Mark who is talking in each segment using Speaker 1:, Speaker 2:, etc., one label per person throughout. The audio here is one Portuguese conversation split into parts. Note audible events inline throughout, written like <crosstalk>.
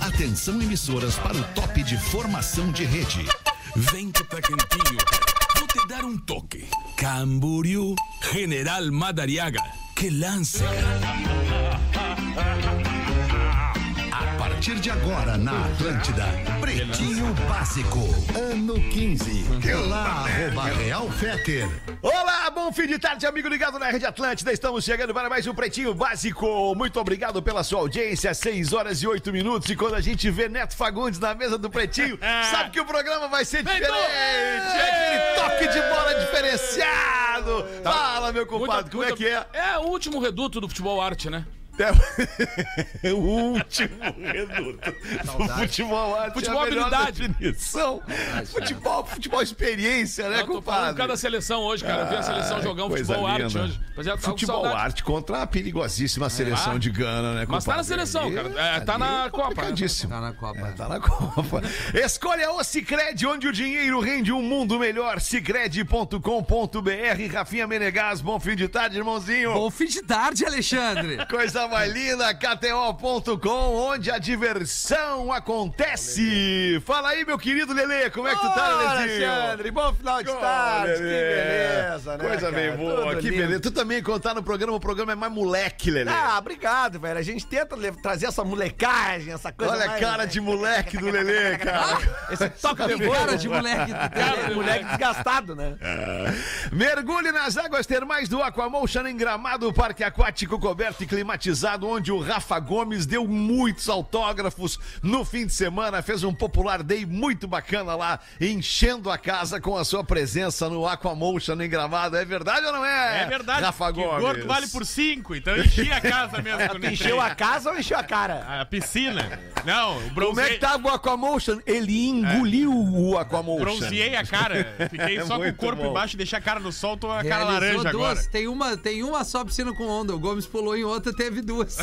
Speaker 1: Atenção emissoras para o top de formação de rede.
Speaker 2: Vem que tá quentinho. Vou te dar um toque. Camboriú, General Madariaga. Que lance,
Speaker 1: A partir de agora na Atlântida, Pretinho Básico, ano 15. Olá, arroba Real Feter.
Speaker 3: Olá, bom fim de tarde, amigo ligado na Rede Atlântida. Estamos chegando para mais um Pretinho Básico. Muito obrigado pela sua audiência. 6 horas e 8 minutos. E quando a gente vê Neto Fagundes na mesa do
Speaker 4: <laughs>
Speaker 3: Pretinho,
Speaker 4: É.
Speaker 3: sabe que o programa vai ser diferente. É aquele toque de bola diferenciado.
Speaker 4: Tá.
Speaker 3: Fala, meu compadre, como é que é?
Speaker 4: É o último reduto do futebol arte, né?
Speaker 3: É o último reduto. O futebol arte
Speaker 4: Futebol
Speaker 3: é a melhor
Speaker 4: habilidade.
Speaker 3: definição. Futebol, futebol experiência, né,
Speaker 4: Eu tô falando cada
Speaker 3: compadre?
Speaker 4: seleção hoje, cara. Eu vi a seleção
Speaker 3: Ah,
Speaker 4: jogar um
Speaker 3: coisa
Speaker 4: futebol arte
Speaker 3: linda.
Speaker 4: hoje.
Speaker 5: é,
Speaker 4: Mas já tá com
Speaker 3: Futebol
Speaker 4: saudade.
Speaker 3: arte contra a perigosíssima seleção
Speaker 4: Ah.
Speaker 3: de Gana, né, compadre?
Speaker 4: Mas tá na seleção, cara. É, tá na
Speaker 3: Ali
Speaker 4: Copa, né?
Speaker 3: complicadíssimo.
Speaker 6: Tá na Copa.
Speaker 3: Tá na Copa. Escolha o Cicred, onde o dinheiro rende um mundo melhor. Cicred.com.br. Rafinha Menegas, bom fim de tarde, irmãozinho.
Speaker 6: Bom fim de tarde, Alexandre.
Speaker 3: <laughs> Coisa mais linda, KTO.com, onde a diversão acontece. Fala aí, meu querido Lele, como é que tu tá,
Speaker 7: Ô,
Speaker 3: Lelezinho?
Speaker 7: Alexandre, bom final de tarde, que beleza, né?
Speaker 3: Coisa bem
Speaker 7: cara?
Speaker 3: boa,
Speaker 7: Tudo
Speaker 3: que
Speaker 7: lindo.
Speaker 3: beleza. Tu também, quando tá no programa, o programa é mais moleque, Lele.
Speaker 7: Ah, obrigado, velho. A gente tenta le- trazer essa molecagem, essa coisa.
Speaker 3: Olha a
Speaker 7: mais- né?
Speaker 3: cara de moleque do Lele,
Speaker 7: <laughs>
Speaker 3: cara. <laughs>
Speaker 7: Esse toque de
Speaker 6: Tem cara de moleque.
Speaker 7: Cara, moleque desgastado, né?
Speaker 3: Mergulhe nas águas termais do Aquamotion em Gramado, parque aquático coberto e climatizado, onde o Rafa Gomes deu muitos autógrafos no fim de semana, fez um popular day muito bacana lá, enchendo a casa com a sua presença no Aquamotion em Gramado. É verdade ou não é?
Speaker 5: É verdade.
Speaker 3: Rafa
Speaker 5: que
Speaker 3: Gomes.
Speaker 5: gordo vale por cinco, então enchi a
Speaker 3: <laughs>
Speaker 5: casa mesmo.
Speaker 3: É.
Speaker 5: quando
Speaker 7: Encheu
Speaker 5: entrei.
Speaker 7: a casa ou encheu a cara?
Speaker 5: a piscina. Não,
Speaker 3: Como é que
Speaker 5: bronzeei,
Speaker 3: tá o Aquamotion? Ele engoliu o Aquamotion.
Speaker 5: bronzeei a cara. Fiquei
Speaker 3: <laughs> É
Speaker 5: só com o
Speaker 3: muito
Speaker 5: corpo
Speaker 3: bom.
Speaker 5: embaixo, deixei a cara no sol, tô a cara
Speaker 6: Realizou
Speaker 5: laranja
Speaker 6: duas.
Speaker 5: agora.
Speaker 6: Tem uma, tem uma só piscina com onda. O Gomes pulou em outra, teve duas.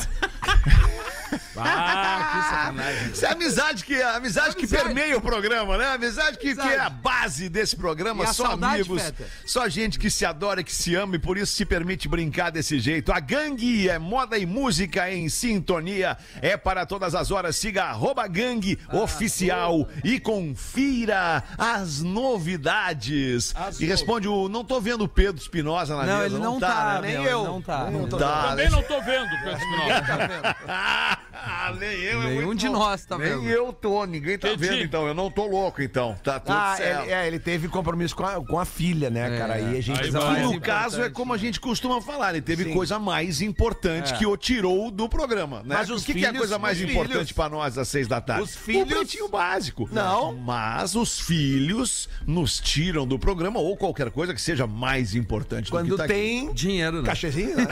Speaker 3: Isso é a amizade que, a amizade que
Speaker 6: Amizade.
Speaker 3: permeia o programa, né? A amizade que, que é a base desse programa.
Speaker 6: E a
Speaker 3: só
Speaker 6: saudade,
Speaker 3: amigos,
Speaker 6: Feta.
Speaker 3: só gente que se adora, que se ama e por isso se permite brincar desse jeito. A gangue é moda e música em sintonia. É para todas as horas. Siga arroba gangue
Speaker 6: Ah,
Speaker 3: oficial e confira as novidades. e responde o... Não tô vendo o Pedro Espinosa na
Speaker 6: Não,
Speaker 3: mesa.
Speaker 6: ele não tá,
Speaker 3: né?
Speaker 6: né?
Speaker 7: nem
Speaker 6: meu?
Speaker 7: eu.
Speaker 6: Ele Não tá.
Speaker 7: Não
Speaker 6: Ele
Speaker 7: tô
Speaker 3: Tá, né?
Speaker 4: Também não tô vendo, Pedro
Speaker 3: é
Speaker 4: Espinosa.
Speaker 3: Ah, <laughs> nem eu, é
Speaker 6: Nenhum
Speaker 3: muito
Speaker 6: de
Speaker 3: bom.
Speaker 6: nós tá
Speaker 3: Nem
Speaker 6: vendo.
Speaker 3: eu tô, ninguém tá
Speaker 4: Entendi.
Speaker 3: vendo, então. Eu não tô louco, então. Tá tudo
Speaker 7: Ah,
Speaker 3: certo.
Speaker 7: ele, é, ele teve compromisso com a, com a filha, né,
Speaker 6: É.
Speaker 7: cara? Aí a gente. um
Speaker 6: Aí
Speaker 3: Que
Speaker 6: vai.
Speaker 3: no
Speaker 6: Mais
Speaker 3: caso, é
Speaker 6: importante,
Speaker 3: como a
Speaker 6: né?
Speaker 3: gente costuma falar, ele teve
Speaker 7: Sim.
Speaker 3: coisa mais importante que o tirou do programa, né?
Speaker 7: Mas os
Speaker 3: o que, que é a
Speaker 7: filhos-
Speaker 3: coisa mais
Speaker 7: os
Speaker 3: importante
Speaker 7: filhos-
Speaker 3: pra nós às seis da tarde?
Speaker 7: Os filhos-
Speaker 3: O pretinho básico.
Speaker 7: Não.
Speaker 3: Mas os filhos nos tiram do programa ou qualquer coisa que seja mais importante do
Speaker 7: Quando
Speaker 3: que <laughs> tá aqui.
Speaker 7: tem.
Speaker 6: Dinheiro, né?
Speaker 7: Cachezinho?
Speaker 3: <laughs>
Speaker 7: né?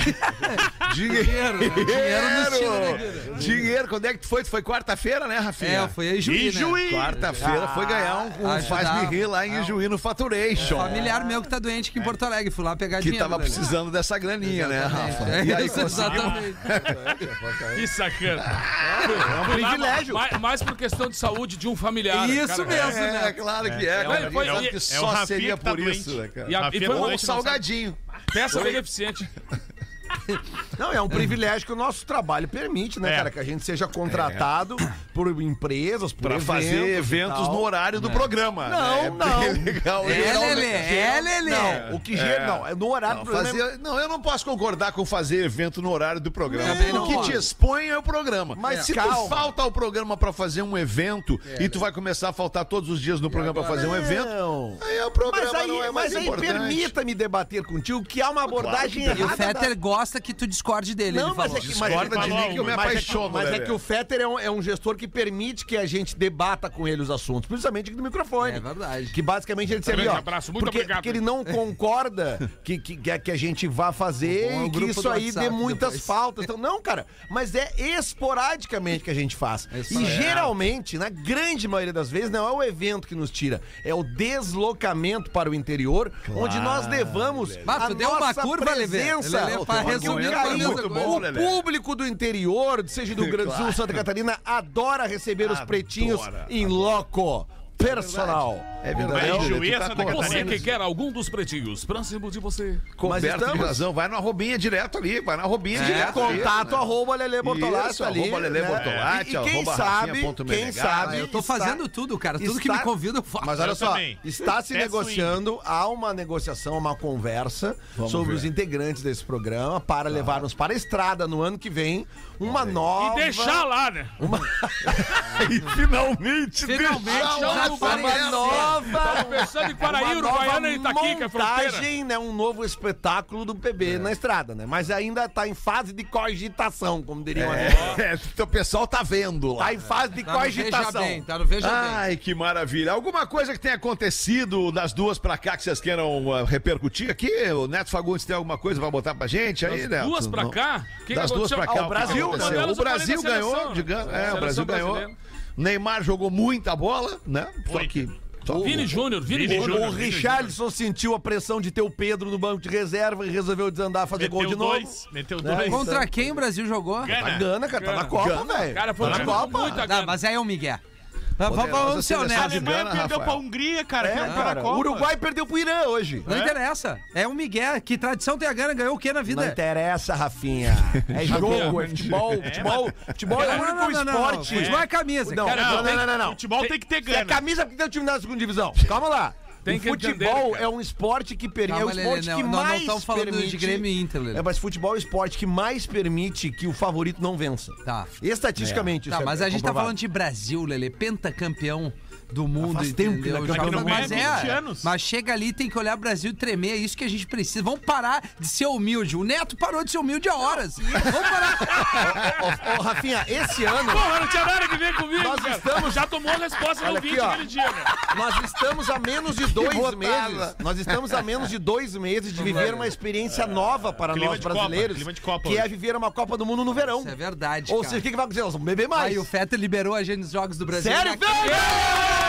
Speaker 3: Dinheiro,
Speaker 6: né? Dinheiro nos tira, né,
Speaker 3: dinheiro, dinheiro, quando é que tu foi? Tu foi quarta-feira, né, Rafinha?
Speaker 6: É, foi aí Juí,
Speaker 5: E
Speaker 6: né?
Speaker 5: juiz!
Speaker 3: Quarta-feira foi ganhar um, um
Speaker 6: ajudava.
Speaker 3: faz-me rir lá em Juí no Faturation.
Speaker 6: Familiar meu que tá doente aqui
Speaker 7: É.
Speaker 6: em Porto Alegre. Fui lá pegar
Speaker 3: Que
Speaker 6: dinheiro.
Speaker 3: tava
Speaker 6: né?
Speaker 3: precisando dessa graninha, né, Rafa?
Speaker 6: É
Speaker 3: E aí
Speaker 6: isso,
Speaker 3: conseguiu.
Speaker 6: exatamente.
Speaker 4: Que sacana. É um
Speaker 7: privilégio.
Speaker 4: Mais, mais por questão de saúde de um familiar.
Speaker 6: Isso
Speaker 4: cara.
Speaker 6: mesmo, né?
Speaker 3: É, claro que é.
Speaker 4: é
Speaker 3: cara.
Speaker 4: um- foi-
Speaker 3: Sabe
Speaker 4: é-
Speaker 3: que
Speaker 4: é
Speaker 3: só
Speaker 5: o Rafinha
Speaker 3: seria
Speaker 5: que tá
Speaker 3: por
Speaker 5: doente.
Speaker 3: isso, né, cara?
Speaker 4: E, a, e
Speaker 5: Rafinha
Speaker 3: Ou
Speaker 4: foi uma
Speaker 3: um
Speaker 5: doente, não sabe.
Speaker 3: salgadinho.
Speaker 5: é
Speaker 4: peça beneficente.
Speaker 7: Não, é um privilégio que o nosso trabalho permite, né,
Speaker 5: É.
Speaker 7: cara? Que a gente seja contratado por empresas, por
Speaker 3: É. Pra fazer
Speaker 7: e
Speaker 3: eventos
Speaker 7: tal.
Speaker 3: no horário do programa.
Speaker 7: Não,
Speaker 3: né? É bem
Speaker 7: não.
Speaker 3: <laughs> Legal,
Speaker 6: É,
Speaker 3: legal,
Speaker 6: Lelê,
Speaker 3: né?
Speaker 6: é, Lelê.
Speaker 7: Não, o que gera.
Speaker 3: É.
Speaker 7: Não, é no horário
Speaker 3: Não,
Speaker 7: do programa.
Speaker 3: fazer- não, eu não posso concordar com fazer evento no horário do programa.
Speaker 6: Também
Speaker 3: o
Speaker 6: não
Speaker 3: que
Speaker 6: posso.
Speaker 3: te expõe é o programa.
Speaker 7: Mas
Speaker 3: Mas se tu
Speaker 7: calma.
Speaker 3: falta ao programa pra fazer um evento e tu vai começar a faltar todos os dias no programa pra fazer um evento,
Speaker 7: Não.
Speaker 3: aí é o programa
Speaker 7: Mas aí,
Speaker 3: não é mais
Speaker 7: mas aí
Speaker 3: importante.
Speaker 7: permita-me debater contigo que há uma abordagem
Speaker 6: E o
Speaker 7: errada. da-
Speaker 6: Fetter gosta que tu discorde dele,
Speaker 7: Não,
Speaker 6: ele
Speaker 7: mas
Speaker 6: falou.
Speaker 7: é que, mas,
Speaker 3: Discorda de
Speaker 5: falou
Speaker 3: mim que eu me
Speaker 5: um,
Speaker 7: mas é que-
Speaker 3: apaixono.
Speaker 7: mas é
Speaker 3: Lelê.
Speaker 7: que o Fetter é um, é um gestor que permite que a gente debata com ele os assuntos, principalmente aqui no microfone.
Speaker 6: É verdade.
Speaker 7: Que basicamente
Speaker 3: Tá
Speaker 7: ele disse ali,
Speaker 5: Grande
Speaker 7: assim, ó,
Speaker 5: abraço, muito
Speaker 7: porque,
Speaker 5: obrigado.
Speaker 7: porque ele não concorda <laughs> que, que, que- que a gente vá fazer
Speaker 6: Vou
Speaker 7: e
Speaker 6: no
Speaker 7: que
Speaker 6: é grupo
Speaker 7: isso
Speaker 6: do
Speaker 7: aí dê
Speaker 6: WhatsApp
Speaker 7: muitas
Speaker 6: depois. <laughs>
Speaker 7: faltas. Então, não, cara, mas é esporadicamente que a gente faz.
Speaker 6: Isso
Speaker 7: E
Speaker 6: é.
Speaker 7: geralmente, na grande maioria das vezes, não é o evento que nos tira, é o deslocamento para o interior, onde nós levamos
Speaker 6: Bah,
Speaker 7: a
Speaker 6: tu deu uma
Speaker 7: nossa
Speaker 6: curva, Lelê.
Speaker 7: presença.
Speaker 6: Lelê, pra
Speaker 7: Porque o
Speaker 6: resumir,
Speaker 7: Caio-
Speaker 6: foi muito
Speaker 7: o
Speaker 6: bom,
Speaker 3: Lelê.
Speaker 7: público do
Speaker 3: <laughs>
Speaker 7: interior, seja do Rio Grande do Sul, Santa Catarina, adora receber os pretinhos em loco. personal.
Speaker 3: É
Speaker 5: Vai em
Speaker 3: verdade.
Speaker 5: Juiz,
Speaker 3: tu tá
Speaker 5: Santa
Speaker 3: correto.
Speaker 2: Você
Speaker 5: Catarina.
Speaker 2: que quer algum dos pretinhos próximo de você.
Speaker 7: Mas
Speaker 3: Coberto de
Speaker 7: estamos. É,
Speaker 3: razão. Vai na arrobinha direto ali. Vai na arrobinha direto.
Speaker 7: Contato arroba Lelê Bortolatti
Speaker 3: né? Isso,
Speaker 7: ali. né?
Speaker 3: arroba Lelê Bortolatti,
Speaker 7: E, e quem
Speaker 3: arroba
Speaker 7: sabe,
Speaker 3: rafinha ponto
Speaker 7: quem
Speaker 3: menegal.
Speaker 7: sabe.
Speaker 6: Ah, eu tô
Speaker 7: está-
Speaker 6: fazendo tudo, cara. Tudo que
Speaker 7: está-
Speaker 6: me convida eu faço.
Speaker 7: Mas olha
Speaker 5: Eu
Speaker 7: só,
Speaker 5: também.
Speaker 7: está se
Speaker 5: É
Speaker 7: negociando, há uma negociação, uma conversa sobre os integrantes desse programa para levarmos para a estrada no ano que vem uma nova.
Speaker 4: E deixar lá, né?
Speaker 3: <laughs>
Speaker 7: Finalmente,
Speaker 4: É
Speaker 6: Finalmente,
Speaker 7: deixar
Speaker 6: já
Speaker 7: uma,
Speaker 6: aparece.
Speaker 7: nova.
Speaker 4: um assim. Tava pensando em
Speaker 7: uma
Speaker 4: Paraí,
Speaker 7: nova
Speaker 4: Uruguaiana e Itaqui, que é fronteira. É.
Speaker 7: montagem, né, um novo espetáculo do PB na estrada, né? Mas ainda está em fase de cogitação, como diriam é.
Speaker 3: É, <laughs> então o pessoal tá vendo lá.
Speaker 7: Tá em fase de
Speaker 6: Tá no Veja
Speaker 7: cogitação.
Speaker 6: Bem, tá no Veja Bem.
Speaker 3: Ai, que maravilha. Alguma coisa que tenha acontecido das duas pra cá que vocês queiram ah, repercutir aqui? O Neto Fagundes tem alguma coisa pra botar pra gente aí, Neto?
Speaker 4: Duas pra
Speaker 3: Não.
Speaker 4: cá? O que que
Speaker 3: das duas
Speaker 4: aconteceu?
Speaker 3: pra cá.
Speaker 7: Ah, o
Speaker 3: que
Speaker 7: Brasil,
Speaker 3: aconteceu?
Speaker 7: né?
Speaker 3: O
Speaker 4: Quando elas
Speaker 3: Brasil
Speaker 4: eu falei da
Speaker 3: ganhou,
Speaker 4: seleção, né?
Speaker 3: digamos. É, o
Speaker 4: Seleção
Speaker 3: Brasil ganhou.
Speaker 4: brasileira.
Speaker 3: Neymar jogou muita bola, né? Só
Speaker 5: Foi.
Speaker 3: que. Só um.
Speaker 4: Vini Júnior, Vini
Speaker 5: Vini
Speaker 4: Júnior.
Speaker 7: O Richarlison sentiu a pressão de ter o Pedro no banco de reserva e resolveu desandar fazer gol de
Speaker 5: Meteu
Speaker 7: novo.
Speaker 5: dois.
Speaker 3: É,
Speaker 5: Meteu
Speaker 7: Né?
Speaker 5: dois.
Speaker 6: Contra quem o Brasil jogou?
Speaker 7: Tá
Speaker 5: Gana.
Speaker 7: Gana, cara, tá na
Speaker 4: É, né? Gana.
Speaker 7: Copa, velho.
Speaker 4: Cara,
Speaker 7: tá
Speaker 4: foi um
Speaker 7: na
Speaker 4: time com
Speaker 7: Copa.
Speaker 4: muita
Speaker 6: Tá,
Speaker 4: grana.
Speaker 6: mas aí é o Miguel. Vamos,
Speaker 3: Poderosa
Speaker 6: vamos ser
Speaker 3: seleção
Speaker 5: A
Speaker 6: honestos.
Speaker 3: de-
Speaker 5: Alemanha
Speaker 3: Gana,
Speaker 5: perdeu pra
Speaker 3: Rafael.
Speaker 5: Hungria,
Speaker 4: né?
Speaker 5: cara. que
Speaker 7: É,
Speaker 4: Tá
Speaker 5: entrou na
Speaker 7: cara, o
Speaker 5: Copa.
Speaker 7: Uruguai perdeu pro Irã hoje.
Speaker 6: Não interessa. É um Miguel. Que tradição tem a Gana? Ganhou o quê na vida?
Speaker 7: Não interessa, Rafinha. É jogo, é futebol. Futebol, futebol é o único esporte.
Speaker 6: Futebol é camisa.
Speaker 7: Não,
Speaker 6: cara.
Speaker 4: Cara,
Speaker 7: não,
Speaker 4: tem-
Speaker 7: não, não, não.
Speaker 5: Futebol tem que ter
Speaker 7: É
Speaker 5: gana.
Speaker 7: camisa porque tem o time da segunda divisão. Calma lá.
Speaker 4: Tem
Speaker 7: o
Speaker 4: que
Speaker 7: futebol
Speaker 4: entender, cara.
Speaker 7: é um esporte que permite. É o
Speaker 6: Calma, Lelê,
Speaker 7: esporte
Speaker 6: não,
Speaker 7: que
Speaker 6: não, não
Speaker 7: mais
Speaker 6: tão falando de
Speaker 7: permite.
Speaker 6: Grêmio e Inter, Lelê.
Speaker 7: É, mas futebol é o esporte que mais permite que o favorito não vença.
Speaker 6: Tá.
Speaker 7: Estatisticamente,
Speaker 6: Tá,
Speaker 7: isso é
Speaker 6: mas a gente tá
Speaker 7: comprovado.
Speaker 6: falando de Brasil, Lele, pentacampeão do mundo,
Speaker 7: faz tempo que
Speaker 6: entendeu?
Speaker 7: não é
Speaker 6: Já-
Speaker 5: campeão.
Speaker 6: mas,
Speaker 5: Não ganha 20 anos.
Speaker 6: mas chega ali, tem que olhar o Brasil e tremer, é isso que a gente precisa. Vamos parar de ser humilde. O Neto parou de ser humilde há horas. Vamos parar.
Speaker 7: Ô, ô, Rafinha, esse ano
Speaker 4: Porra, não tinha nada que ver comigo,
Speaker 7: Nós
Speaker 4: cara.
Speaker 7: estamos-
Speaker 4: Já tomou a resposta
Speaker 7: Olha
Speaker 4: no
Speaker 7: aqui,
Speaker 4: vídeo
Speaker 7: ó.
Speaker 4: aquele dia, né?
Speaker 7: nós estamos a menos
Speaker 6: <laughs>
Speaker 7: de dois meses. Nós estamos a menos de dois meses de viver uma experiência nova para
Speaker 5: Clima
Speaker 7: nós
Speaker 5: de Copa,
Speaker 7: brasileiros,
Speaker 5: clima de Copa
Speaker 7: que é
Speaker 5: hoje.
Speaker 7: viver uma Copa do Mundo no verão.
Speaker 6: Isso é verdade,
Speaker 7: Ou
Speaker 6: cara.
Speaker 7: seja, o que, que vai acontecer? Nós vamos beber mais.
Speaker 6: Aí o Feta liberou a gente nos Jogos do Brasil. é
Speaker 7: Sério,
Speaker 6: Feta,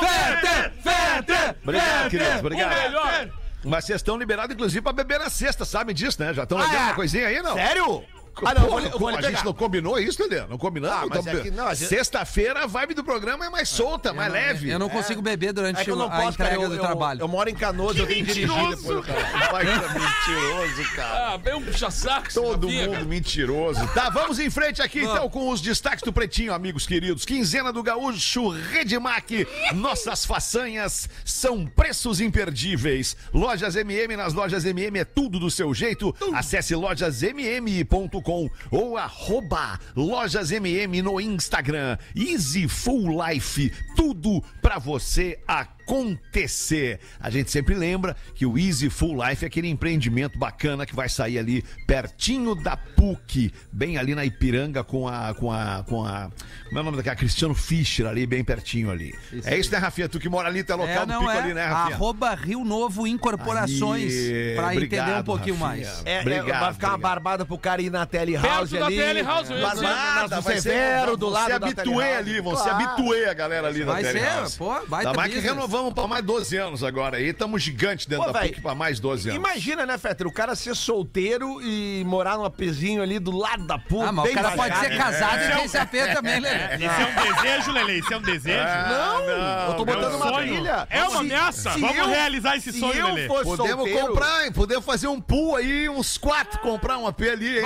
Speaker 6: Feta, Feta,
Speaker 3: Obrigado, queridos. Obrigado.
Speaker 4: O melhor.
Speaker 3: Mas vocês estão liberados, inclusive, pra beber na sexta, sabem disso, né? Já estão levando
Speaker 7: Ah, é?
Speaker 3: uma coisinha aí, não?
Speaker 7: Sério?
Speaker 3: Ah, não, eu vou- eu vou
Speaker 7: lhe
Speaker 3: a gente não combinou isso, Lelê? Não combinamos?
Speaker 7: Ah, mas
Speaker 3: Então,
Speaker 7: é que não, a gente-
Speaker 3: Sexta-feira a vibe do programa é mais solta, mais leve.
Speaker 6: Eu não consigo beber durante
Speaker 7: É que eu não
Speaker 6: a
Speaker 7: posso, cara.
Speaker 6: entrega
Speaker 7: Eu,
Speaker 6: do
Speaker 7: eu-
Speaker 6: trabalho.
Speaker 7: eu moro em Canoas, eu vim dirigir depois.
Speaker 5: Mentiroso.
Speaker 3: <laughs> Vai que é mentiroso, cara.
Speaker 4: Ah, bem um puxa-saco.
Speaker 3: Todo
Speaker 4: Rafinha,
Speaker 3: mundo
Speaker 4: cara.
Speaker 3: mentiroso. Tá, vamos em frente aqui então com os destaques do Pretinho, amigos queridos. Quinzena do Gaúcho, Redmac. Nossas façanhas são preços imperdíveis. Lojas MM, nas lojas MM é tudo do seu jeito. Acesse lojasmm.com ou arroba lojasmm no Instagram. Easy Full Life, tudo pra você aqui acontecer. A gente sempre lembra que o Easy Full Life é aquele empreendimento bacana que vai sair ali pertinho da PUC, bem ali na Ipiranga com a com a com a como é o nome daquela Cristiano Fischer ali bem pertinho ali. é isso, né, Rafinha? Tu que mora ali, tu é local
Speaker 6: É,
Speaker 3: do
Speaker 6: não
Speaker 3: pico
Speaker 6: é?
Speaker 3: ali, né, Rafinha?
Speaker 6: Arroba Rio Novo Incorporações.
Speaker 3: Aí,
Speaker 6: pra entender
Speaker 3: obrigado,
Speaker 6: um pouquinho
Speaker 3: Rafinha.
Speaker 6: mais.
Speaker 7: É, é,
Speaker 3: Obrigado,
Speaker 7: vai ficar uma
Speaker 3: obrigado.
Speaker 7: barbada pro cara ir na Tele
Speaker 4: Perto
Speaker 7: House
Speaker 4: da
Speaker 7: ali.
Speaker 4: Tele House, eu ia
Speaker 3: né?
Speaker 4: dizer.
Speaker 7: Barbada, do Severo, é do lado
Speaker 3: Se
Speaker 7: da Tele
Speaker 3: é habituei
Speaker 7: House.
Speaker 3: ali, vão
Speaker 7: Claro.
Speaker 3: se habituei a galera ali
Speaker 6: Vai
Speaker 3: na Tele
Speaker 6: ser,
Speaker 3: House.
Speaker 6: pô, baita
Speaker 3: Tá mais que
Speaker 6: business.
Speaker 3: renovamos pra mais 12 anos agora aí. Tamo gigante dentro
Speaker 7: Pô,
Speaker 3: da
Speaker 7: véi,
Speaker 3: PUC pra mais 12 anos.
Speaker 7: Imagina, né, Fetter, o cara ser solteiro e morar num apezinho ali do lado da puta. né?
Speaker 6: Ah, mas o cara pode ser casado
Speaker 5: É.
Speaker 6: e ter esse AP também, Lelê.
Speaker 5: Esse é um desejo, Lele. Esse é um
Speaker 3: Ah,
Speaker 5: desejo.
Speaker 7: Não, eu tô botando
Speaker 5: é um
Speaker 7: uma
Speaker 5: sonho.
Speaker 7: trilha.
Speaker 5: É uma ameaça. Vamos realizar esse sonho,
Speaker 7: se eu
Speaker 5: Lelê.
Speaker 7: fosse
Speaker 3: Podemos
Speaker 7: solteiro,
Speaker 3: comprar, hein? Podemos fazer um pool aí, uns quatro, comprar um AP ali, hein?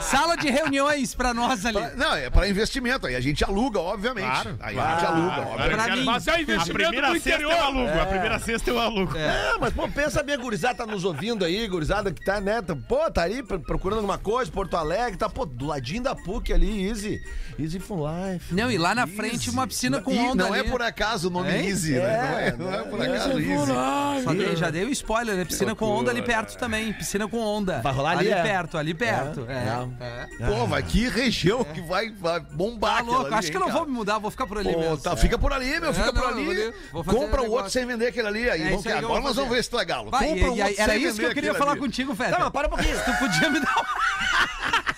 Speaker 6: Sala de reuniões pra nós ali.
Speaker 7: Tá,
Speaker 3: Pra- não, é para investimento. Aí a gente aluga, obviamente. aí a gente aluga, obviamente.
Speaker 6: Pra mim.
Speaker 4: Mas é
Speaker 5: A
Speaker 4: investimento
Speaker 5: primeira
Speaker 4: do
Speaker 5: sexta
Speaker 4: interior. É.
Speaker 5: eu alugo. A primeira sexta eu alugo.
Speaker 7: É, mas, pô, pensa bem, a gurizada tá nos ouvindo aí, gurizada que tá, né? tá- Pô, tá aí pro- procurando alguma coisa, Porto Alegre, tá, pô, do ladinho da PUC ali, Easy. Easy for Life.
Speaker 6: Não, e lá na frente uma piscina com
Speaker 3: E
Speaker 6: onda
Speaker 3: não é
Speaker 6: ali.
Speaker 3: por acaso o nome Easy, né? Não é, não é por acaso Easy.
Speaker 6: Só dei- já dei o spoiler, né? Piscina com onda ali perto também. Piscina com onda. Vai
Speaker 7: rolar ali, é?
Speaker 6: perto, ali perto. É. É.
Speaker 3: Pô, mas que região que vai, vai bombar
Speaker 6: Tá
Speaker 3: aquela
Speaker 6: louco,
Speaker 3: ali,
Speaker 6: acho que
Speaker 3: hein,
Speaker 6: eu não
Speaker 3: cara?
Speaker 6: vou me mudar, vou ficar por ali
Speaker 3: Pô,
Speaker 6: mesmo.
Speaker 3: tá, Fica por ali, meu. Fica
Speaker 6: É,
Speaker 3: por
Speaker 6: não,
Speaker 3: ali.
Speaker 6: eu vou ali- vou fazer um
Speaker 3: compra o
Speaker 6: negócio.
Speaker 3: outro sem vender aquele ali. Aí,
Speaker 6: É,
Speaker 3: vamos
Speaker 6: isso aí
Speaker 3: que
Speaker 6: que eu
Speaker 3: agora
Speaker 6: vou
Speaker 3: nós vamos
Speaker 6: fazer.
Speaker 3: ver estragá-lo.
Speaker 6: Vai,
Speaker 3: Compra o
Speaker 6: e, e,
Speaker 3: outro sem
Speaker 6: era isso que eu
Speaker 3: vender aquele
Speaker 6: queria
Speaker 7: um
Speaker 6: falar
Speaker 3: ali.
Speaker 6: contigo, velho.
Speaker 3: <laughs>
Speaker 7: Tá, mas para um pouquinho.
Speaker 6: Tu podia me dar uma.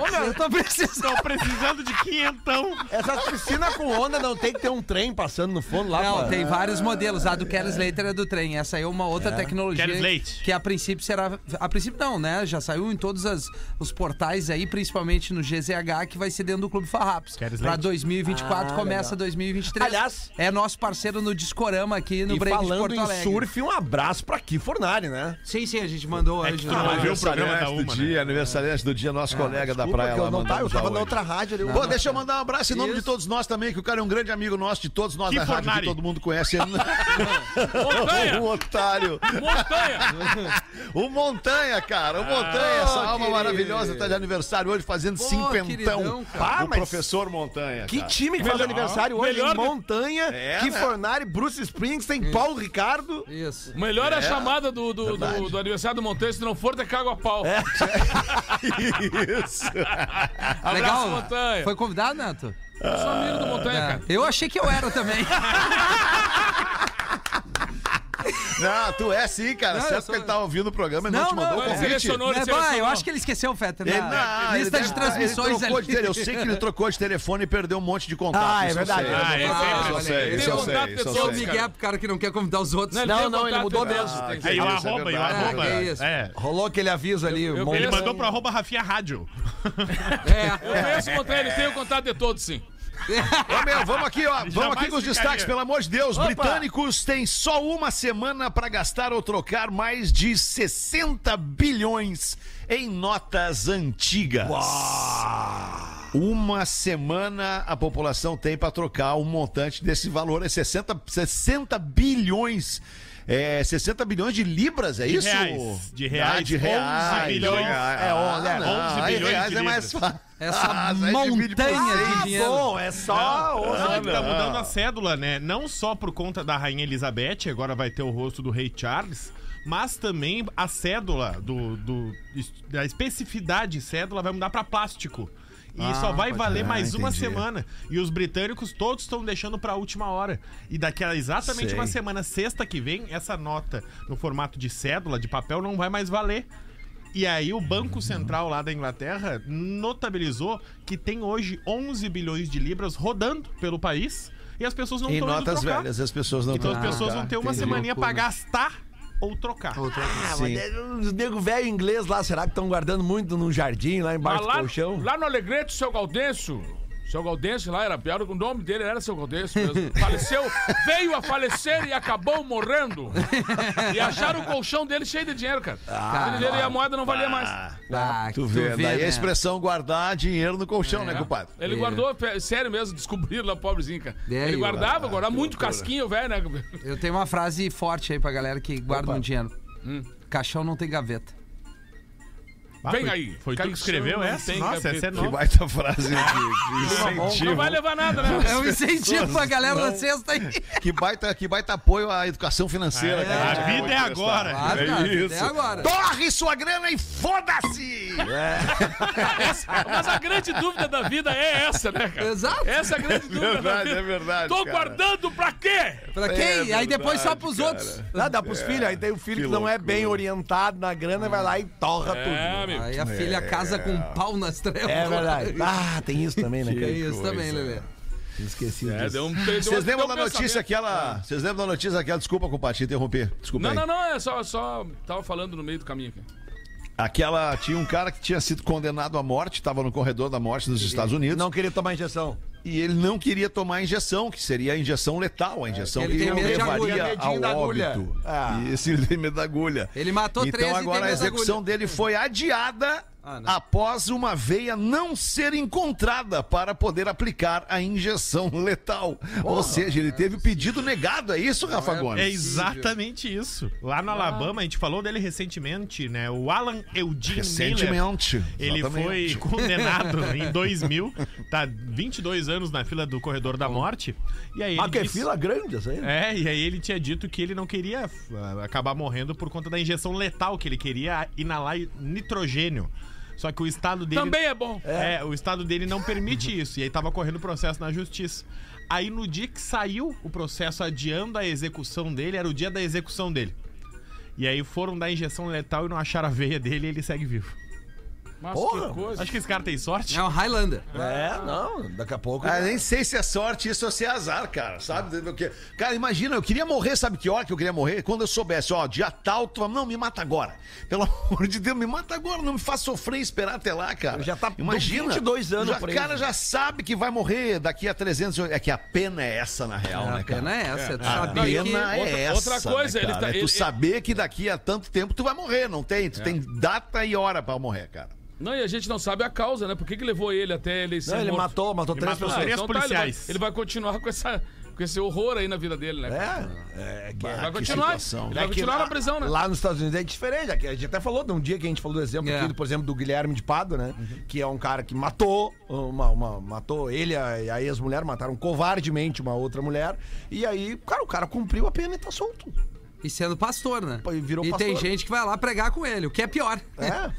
Speaker 6: Ô, meu, Eu tô precisando.
Speaker 5: Tô precisando de quinhentão.
Speaker 7: Essas piscinas com onda não tem que ter um trem passando no fundo lá.
Speaker 6: Não,
Speaker 7: pô.
Speaker 6: tem vários modelos. A do Kelly Slater é do trem. Essa aí é uma outra tecnologia
Speaker 5: Kelly Slater.
Speaker 6: que a princípio será... A princípio não, né? Já saiu em todos as- os portais aí, principalmente no GZH, que vai ser dentro do Clube Farrapos.
Speaker 5: Kelly
Speaker 6: Pra
Speaker 5: Slater.
Speaker 6: 2024, começa 2023.
Speaker 7: Aliás-
Speaker 6: É nosso parceiro no Discorama aqui no
Speaker 7: E
Speaker 6: Break de
Speaker 7: falando
Speaker 6: Porto
Speaker 7: em
Speaker 6: Alegre.
Speaker 7: surf, um abraço pra Ki Fornari, né?
Speaker 6: Sim, sim, a gente mandou
Speaker 5: É
Speaker 6: hoje.
Speaker 5: que tu
Speaker 3: tá
Speaker 6: né?
Speaker 5: não ouviu o programa da
Speaker 3: Aniversariante
Speaker 5: Uma,
Speaker 3: do
Speaker 5: né?
Speaker 3: dia, aniversariante do dia, nosso colega da praia
Speaker 7: que
Speaker 3: lá.
Speaker 7: eu não tava, eu
Speaker 6: um
Speaker 3: mandamos
Speaker 7: tava
Speaker 3: lá
Speaker 7: na
Speaker 3: hoje.
Speaker 7: outra rádio ali.
Speaker 3: Pô, deixa eu mandar um abraço em nome de todos nós também, que o cara é um grande amigo nosso, de todos nós
Speaker 5: Que
Speaker 3: da rádio, que
Speaker 5: Fornari.
Speaker 3: todo mundo conhece. <laughs>
Speaker 4: Montanha!
Speaker 3: um otário.
Speaker 4: Montanha!
Speaker 3: <laughs> O Montanha, cara. O Montanha, essa alma
Speaker 6: querido.
Speaker 3: maravilhosa, tá de aniversário hoje, fazendo
Speaker 6: Pô,
Speaker 3: cinquentão.
Speaker 6: queridão, cara.
Speaker 7: Ah,
Speaker 3: o
Speaker 7: mas
Speaker 3: professor Montanha.
Speaker 7: Que
Speaker 3: cara.
Speaker 7: time que faz aniversário hoje?
Speaker 4: melhor
Speaker 7: em
Speaker 4: do-
Speaker 7: Montanha,
Speaker 3: É,
Speaker 7: Ki
Speaker 3: né?
Speaker 7: Fornari, Bruce Springsteen, Paulo Ricardo.
Speaker 6: Isso.
Speaker 4: Melhor é a chamada do, do, do, do aniversário do Montanha, se não for, ter cago a pau.
Speaker 3: É. Isso.
Speaker 4: Abraço,
Speaker 6: Legal.
Speaker 4: Montanha.
Speaker 6: Foi convidado, Neto?
Speaker 4: Eu sou amigo do
Speaker 5: É,
Speaker 4: Montanha,
Speaker 3: É.
Speaker 4: cara.
Speaker 6: Eu achei que eu era também.
Speaker 3: Não, tu é sim, cara.
Speaker 6: Não, eu
Speaker 3: Certo
Speaker 6: sou-
Speaker 3: que ele tá ouvindo o programa e não,
Speaker 6: Não,
Speaker 3: te mandou
Speaker 6: não,
Speaker 3: o
Speaker 6: ele
Speaker 3: convite.
Speaker 4: selecionou, ele
Speaker 6: Mas,
Speaker 4: selecionou.
Speaker 6: bah, eu acho que ele esqueceu o Feta na
Speaker 3: não, ele
Speaker 6: lista
Speaker 3: deve-
Speaker 6: de transmissões
Speaker 3: ele trocou
Speaker 6: ali.
Speaker 3: de tele- eu sei que ele trocou de telefone e perdeu um monte de contato.
Speaker 7: Ah, é
Speaker 3: isso eu
Speaker 7: verdade.
Speaker 3: sei.
Speaker 5: Ah, é
Speaker 3: isso eu
Speaker 6: sempre
Speaker 3: sei,
Speaker 6: assim.
Speaker 3: isso eu
Speaker 4: Tem
Speaker 3: sei, isso eu
Speaker 6: Só o
Speaker 4: contato
Speaker 3: sei.
Speaker 4: pessoal,
Speaker 6: Miguel pro cara que não quer convidar os outros.
Speaker 4: tem
Speaker 2: é
Speaker 7: Não, não, ele
Speaker 4: contato,
Speaker 7: mudou
Speaker 4: né?
Speaker 7: mesmo.
Speaker 4: Ah, tem
Speaker 5: Aí
Speaker 4: que-
Speaker 5: o
Speaker 3: Isso é
Speaker 5: arroba, e o
Speaker 3: verdade.
Speaker 5: arroba.
Speaker 6: É, que isso.
Speaker 5: É.
Speaker 7: Rolou aquele aviso ali.
Speaker 4: eu
Speaker 6: Bom,
Speaker 5: Ele
Speaker 4: conheço-
Speaker 5: mandou pro arroba Rafinha Rádio.
Speaker 4: Eu
Speaker 6: É.
Speaker 4: conheço o Montanha, ele tem o contato de todos, sim.
Speaker 3: Ô, meu, vamos aqui, ó. Vamos aqui
Speaker 5: jamais
Speaker 3: com os
Speaker 5: ficaria.
Speaker 3: destaques, pelo amor de Deus. Britânicos têm só uma semana para gastar ou trocar mais de 60 bilhões em notas antigas. Uma semana a população tem para trocar um montante desse valor. É 60, 60 bilhões. É, 60 bilhões de libras, é isso?
Speaker 5: reais, de reais.
Speaker 3: Ah, de
Speaker 5: 11
Speaker 3: reais.
Speaker 5: bilhões.
Speaker 3: É, olha,
Speaker 5: É, 11
Speaker 3: ah,
Speaker 5: bilhões de
Speaker 3: reais é mais
Speaker 5: libras.
Speaker 3: fácil.
Speaker 6: Essa
Speaker 3: Ah, aí divide por
Speaker 6: montanha de
Speaker 7: Ah,
Speaker 6: dinheiro.
Speaker 7: bom, é
Speaker 3: Ah,
Speaker 7: só.
Speaker 5: Não,
Speaker 7: hoje.
Speaker 5: é que tá mudando a cédula, né? Não só por conta da rainha Elizabeth, agora vai ter o rosto do rei Charles, mas também a cédula do, do da especificidade cédula vai mudar pra plástico. E
Speaker 3: Ah,
Speaker 5: só vai valer mais uma
Speaker 3: entendi.
Speaker 5: semana. E os britânicos todos estão deixando pra última hora. E daqui a exatamente
Speaker 3: Sei.
Speaker 5: uma semana, sexta que vem, essa nota no formato de cédula, de papel, não vai mais valer. E aí o Banco Central lá da Inglaterra notabilizou que tem hoje 11 bilhões de libras rodando pelo país e as pessoas não
Speaker 3: Em
Speaker 5: estão indo
Speaker 3: notas
Speaker 5: trocar.
Speaker 3: velhas, as pessoas não
Speaker 5: Então as
Speaker 3: tão indo
Speaker 5: pessoas
Speaker 3: trocar.
Speaker 5: vão ter uma
Speaker 3: Entendi.
Speaker 5: semaninha pra
Speaker 6: Loucura.
Speaker 5: gastar ou trocar.
Speaker 7: Ah, mas os nego velho inglês lá, será que estão guardando muito num jardim lá embaixo
Speaker 4: Mas
Speaker 7: do colchão?
Speaker 4: lá, lá no Alegrete, seu Gaudêncio. Seu Gaudêncio lá era pior, o nome dele era seu Gaudêncio mesmo.
Speaker 6: <laughs>
Speaker 4: Faleceu, veio a falecer e acabou morrendo. E acharam o colchão dele cheio de dinheiro, cara. o dinheiro e a moeda não valia mais.
Speaker 6: Ah,
Speaker 3: Tu vê, daí é a
Speaker 6: né?
Speaker 3: expressão guardar dinheiro no colchão, né, compadre?
Speaker 4: Ele
Speaker 6: É.
Speaker 4: guardou, fe- sério mesmo, <laughs> descobriram lá, pobrezinho, cara.
Speaker 6: É,
Speaker 4: ele
Speaker 6: eu-
Speaker 4: guardava, guardava muito casquinho, velho, né?
Speaker 6: Eu tenho uma frase forte aí pra galera que guarda um dinheiro. Caixão não tem gaveta.
Speaker 5: Ah,
Speaker 4: Vem
Speaker 5: foi-
Speaker 4: aí.
Speaker 5: Foi tu que
Speaker 4: Caixão
Speaker 5: escreveu
Speaker 4: não
Speaker 5: essa?
Speaker 4: tem
Speaker 5: Nossa, essa é
Speaker 4: gaveta.
Speaker 3: Que
Speaker 5: nova. então
Speaker 3: baita
Speaker 5: <laughs>
Speaker 3: frase de, de
Speaker 4: Não vai
Speaker 3: incentivo.
Speaker 4: levar nada, né?
Speaker 6: É um incentivo pra galera na sexta aí.
Speaker 3: Que baita, que baita apoio à educação financeira. que
Speaker 5: A
Speaker 3: gente acabou
Speaker 5: vida
Speaker 3: de
Speaker 5: é
Speaker 3: prestar.
Speaker 5: agora. É
Speaker 6: Claro, cara, Até
Speaker 3: isso.
Speaker 6: agora.
Speaker 3: Torre sua grana e foda-se!
Speaker 4: Mas a grande dúvida da vida é essa, né, cara?
Speaker 6: Exato.
Speaker 4: Essa é a grande dúvida da
Speaker 3: Verdade,
Speaker 4: vida.
Speaker 3: é verdade.
Speaker 4: Tô
Speaker 3: cara.
Speaker 4: guardando pra quê?
Speaker 6: Pra quem?
Speaker 3: É
Speaker 6: aí depois só
Speaker 3: verdade,
Speaker 6: pros
Speaker 3: cara.
Speaker 6: outros.
Speaker 7: Lá dá pros filhos, aí tem o filho É, que, não é bem orientado na grana e vai lá e torra
Speaker 4: É,
Speaker 7: tudo.
Speaker 4: meu.
Speaker 6: Aí a filha casa com um pau nas trevas.
Speaker 7: É verdade. Ah, tem isso também, né?
Speaker 6: É
Speaker 7: cara?
Speaker 6: isso também, Lelê.
Speaker 7: Esqueci
Speaker 4: É,
Speaker 7: disso.
Speaker 4: deu um
Speaker 3: Vocês lembram da
Speaker 4: deu um
Speaker 3: notícia
Speaker 4: pensamento.
Speaker 3: aquela. Vocês lembram da notícia aquela? Desculpa, compadre, te interromper. Desculpa.
Speaker 4: Não,
Speaker 3: aí.
Speaker 4: não, não, é só, só tava falando no meio do caminho aqui.
Speaker 3: Aquela. Tinha um cara que tinha sido condenado à morte, tava no corredor da morte nos Estados Unidos.
Speaker 7: Não queria tomar injeção.
Speaker 3: E ele não queria tomar a injeção, que seria a injeção letal, a injeção
Speaker 6: É, ele
Speaker 3: que
Speaker 6: tem medo de
Speaker 3: levaria
Speaker 6: agulha,
Speaker 7: medinho
Speaker 3: ao
Speaker 7: da agulha.
Speaker 3: óbito.
Speaker 7: Ah.
Speaker 3: E esse ele tem medo da agulha.
Speaker 6: Ele matou
Speaker 3: então
Speaker 6: 13 e tem
Speaker 3: agora a
Speaker 6: medo da
Speaker 3: execução dele foi adiada
Speaker 6: Ah, não.
Speaker 3: após uma veia não ser encontrada para poder aplicar a injeção letal. Ou seja, ele teve o pedido negado, é isso, Rafa Gomes?
Speaker 5: É exatamente isso. Lá no Alabama, a gente falou dele recentemente, né? O Alan Eugene Miller.
Speaker 3: Recentemente.
Speaker 5: Ele
Speaker 3: Exatamente. <laughs>
Speaker 5: foi condenado em 2000, tá 22 anos na fila do corredor da morte. E aí ele
Speaker 7: Ah, que
Speaker 5: disse-
Speaker 7: fila grande essa aí.
Speaker 5: É, e aí ele tinha dito que ele não queria ah, acabar morrendo por conta da injeção letal que ele queria inalar nitrogênio. Só que o estado dele
Speaker 4: Também é bom.
Speaker 5: é, o estado dele não permite isso. E aí tava correndo processo na justiça. Aí no dia que saiu o processo adiando a execução dele, era o dia da execução dele. E aí foram dar injeção letal e não acharam a veia dele e ele segue vivo.
Speaker 4: Mas
Speaker 7: Porra!
Speaker 4: que coisa.
Speaker 5: Acho que esse cara tem sorte.
Speaker 6: É um Highlander.
Speaker 7: É, não, daqui a pouco.
Speaker 3: Ah, nem sei se é sorte isso ou se é azar, cara, sabe? Porque, cara, imagina, eu queria morrer, sabe que hora que eu queria morrer? Quando eu soubesse, ó, dia tal, tu... não, me mata agora. Pelo <laughs> amor de Deus, me mata agora, não me faz sofrer e esperar até lá, cara.
Speaker 7: Já tá com
Speaker 3: imagina,
Speaker 7: 22 anos
Speaker 3: já, O
Speaker 7: preso.
Speaker 3: cara já sabe que vai morrer daqui a 300 anos. É que a pena é essa, na real,
Speaker 6: A
Speaker 3: né, cara?
Speaker 6: pena é essa. tu
Speaker 3: A pena
Speaker 6: saber que-
Speaker 3: é
Speaker 4: Outra-
Speaker 3: essa,
Speaker 4: outra coisa,
Speaker 3: né,
Speaker 4: ele
Speaker 3: cara?
Speaker 4: tá-
Speaker 3: É tu
Speaker 4: ele-
Speaker 3: saber que daqui a tanto tempo tu vai morrer, não tem? Tu tem data e hora pra morrer, cara.
Speaker 4: Não, e a gente não sabe a causa, né? Por que, que levou ele até ele ser
Speaker 7: Não, ele
Speaker 4: morto?
Speaker 7: matou, matou três
Speaker 5: matou
Speaker 7: pessoas.
Speaker 4: Ah,
Speaker 5: Três
Speaker 4: então tá, ele, vai,
Speaker 5: policiais.
Speaker 4: ele vai continuar com, essa, com esse horror aí na vida dele, né? cara?
Speaker 7: É, é que
Speaker 4: Vai
Speaker 3: que
Speaker 4: continuar.
Speaker 3: situação.
Speaker 4: Ele vai
Speaker 7: É que
Speaker 4: continuar
Speaker 7: lá-
Speaker 4: na prisão, né?
Speaker 7: Lá nos Estados Unidos é diferente. Aqui A gente até falou, num dia que a gente falou do exemplo,
Speaker 6: É.
Speaker 7: aqui, por exemplo, do Guilherme de Pado, né? Que é um cara que matou, uma, uma- matou ele a- e a ex-mulher, mataram covardemente uma outra mulher. E aí, cara, o cara cumpriu a pena e tá solto.
Speaker 6: E sendo pastor, né?
Speaker 7: Pô, e virou
Speaker 6: e tem
Speaker 7: pastor.
Speaker 6: gente que vai lá pregar com ele, o que
Speaker 7: <laughs>
Speaker 6: é pior.
Speaker 7: É.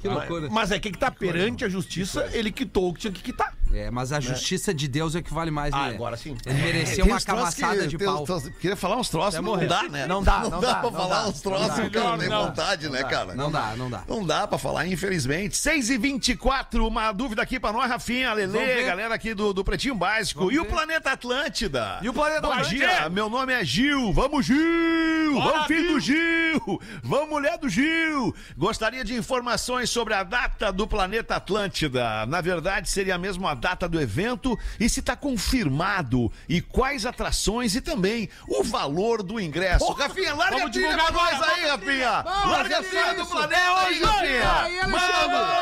Speaker 6: que loucura.
Speaker 7: Mas é que que tá perante a justiça, ele quitou o que tinha que quitar.
Speaker 6: É, mas a justiça de Deus é que vale mais,
Speaker 7: Ah,
Speaker 6: né?
Speaker 7: agora sim.
Speaker 6: Ele
Speaker 3: Tem
Speaker 6: mereceu uma
Speaker 3: uns É, troços
Speaker 6: camaçada
Speaker 3: que-
Speaker 6: de
Speaker 3: tem uns
Speaker 6: pau.
Speaker 3: troços- Queria falar uns troços, mas não dá, né?
Speaker 7: Não dá, não
Speaker 3: dá
Speaker 7: dá,
Speaker 3: pra
Speaker 7: não
Speaker 3: falar
Speaker 7: dá,
Speaker 3: uns
Speaker 7: não
Speaker 3: troços,
Speaker 7: dá.
Speaker 3: cara, nem
Speaker 4: Não dá.
Speaker 3: vontade, né, cara?
Speaker 6: Não dá, não dá.
Speaker 3: Não dá pra falar, infelizmente. 6h24, uma dúvida aqui pra nós, Rafinha,
Speaker 6: Vamos
Speaker 3: Lele,
Speaker 6: ver.
Speaker 3: galera aqui do, do Pretinho Básico. e o Planeta Atlântida?
Speaker 7: E o Planeta
Speaker 3: Bom
Speaker 7: Atlântida?
Speaker 3: dia, meu nome é Gil. Vamos, Gil!
Speaker 5: Bora,
Speaker 3: Vamos, filho do
Speaker 5: Gil!
Speaker 3: Gil! Vamos, mulher do Gil! Gostaria de informações sobre a data do Planeta Atlântida. Na verdade, seria mesmo a data do evento e se está confirmado. E quais atrações e também o valor do ingresso. Rafinha, larga
Speaker 5: vamos
Speaker 3: a trilha
Speaker 5: divulgar
Speaker 3: pra nós
Speaker 5: agora,
Speaker 3: aí, Rafinha!
Speaker 6: Vamos,
Speaker 3: larga a
Speaker 6: é
Speaker 3: trilha do
Speaker 6: isso.
Speaker 3: Planeta hoje,
Speaker 6: Aí,
Speaker 3: Rafinha!
Speaker 6: Alexandre.
Speaker 3: Manda,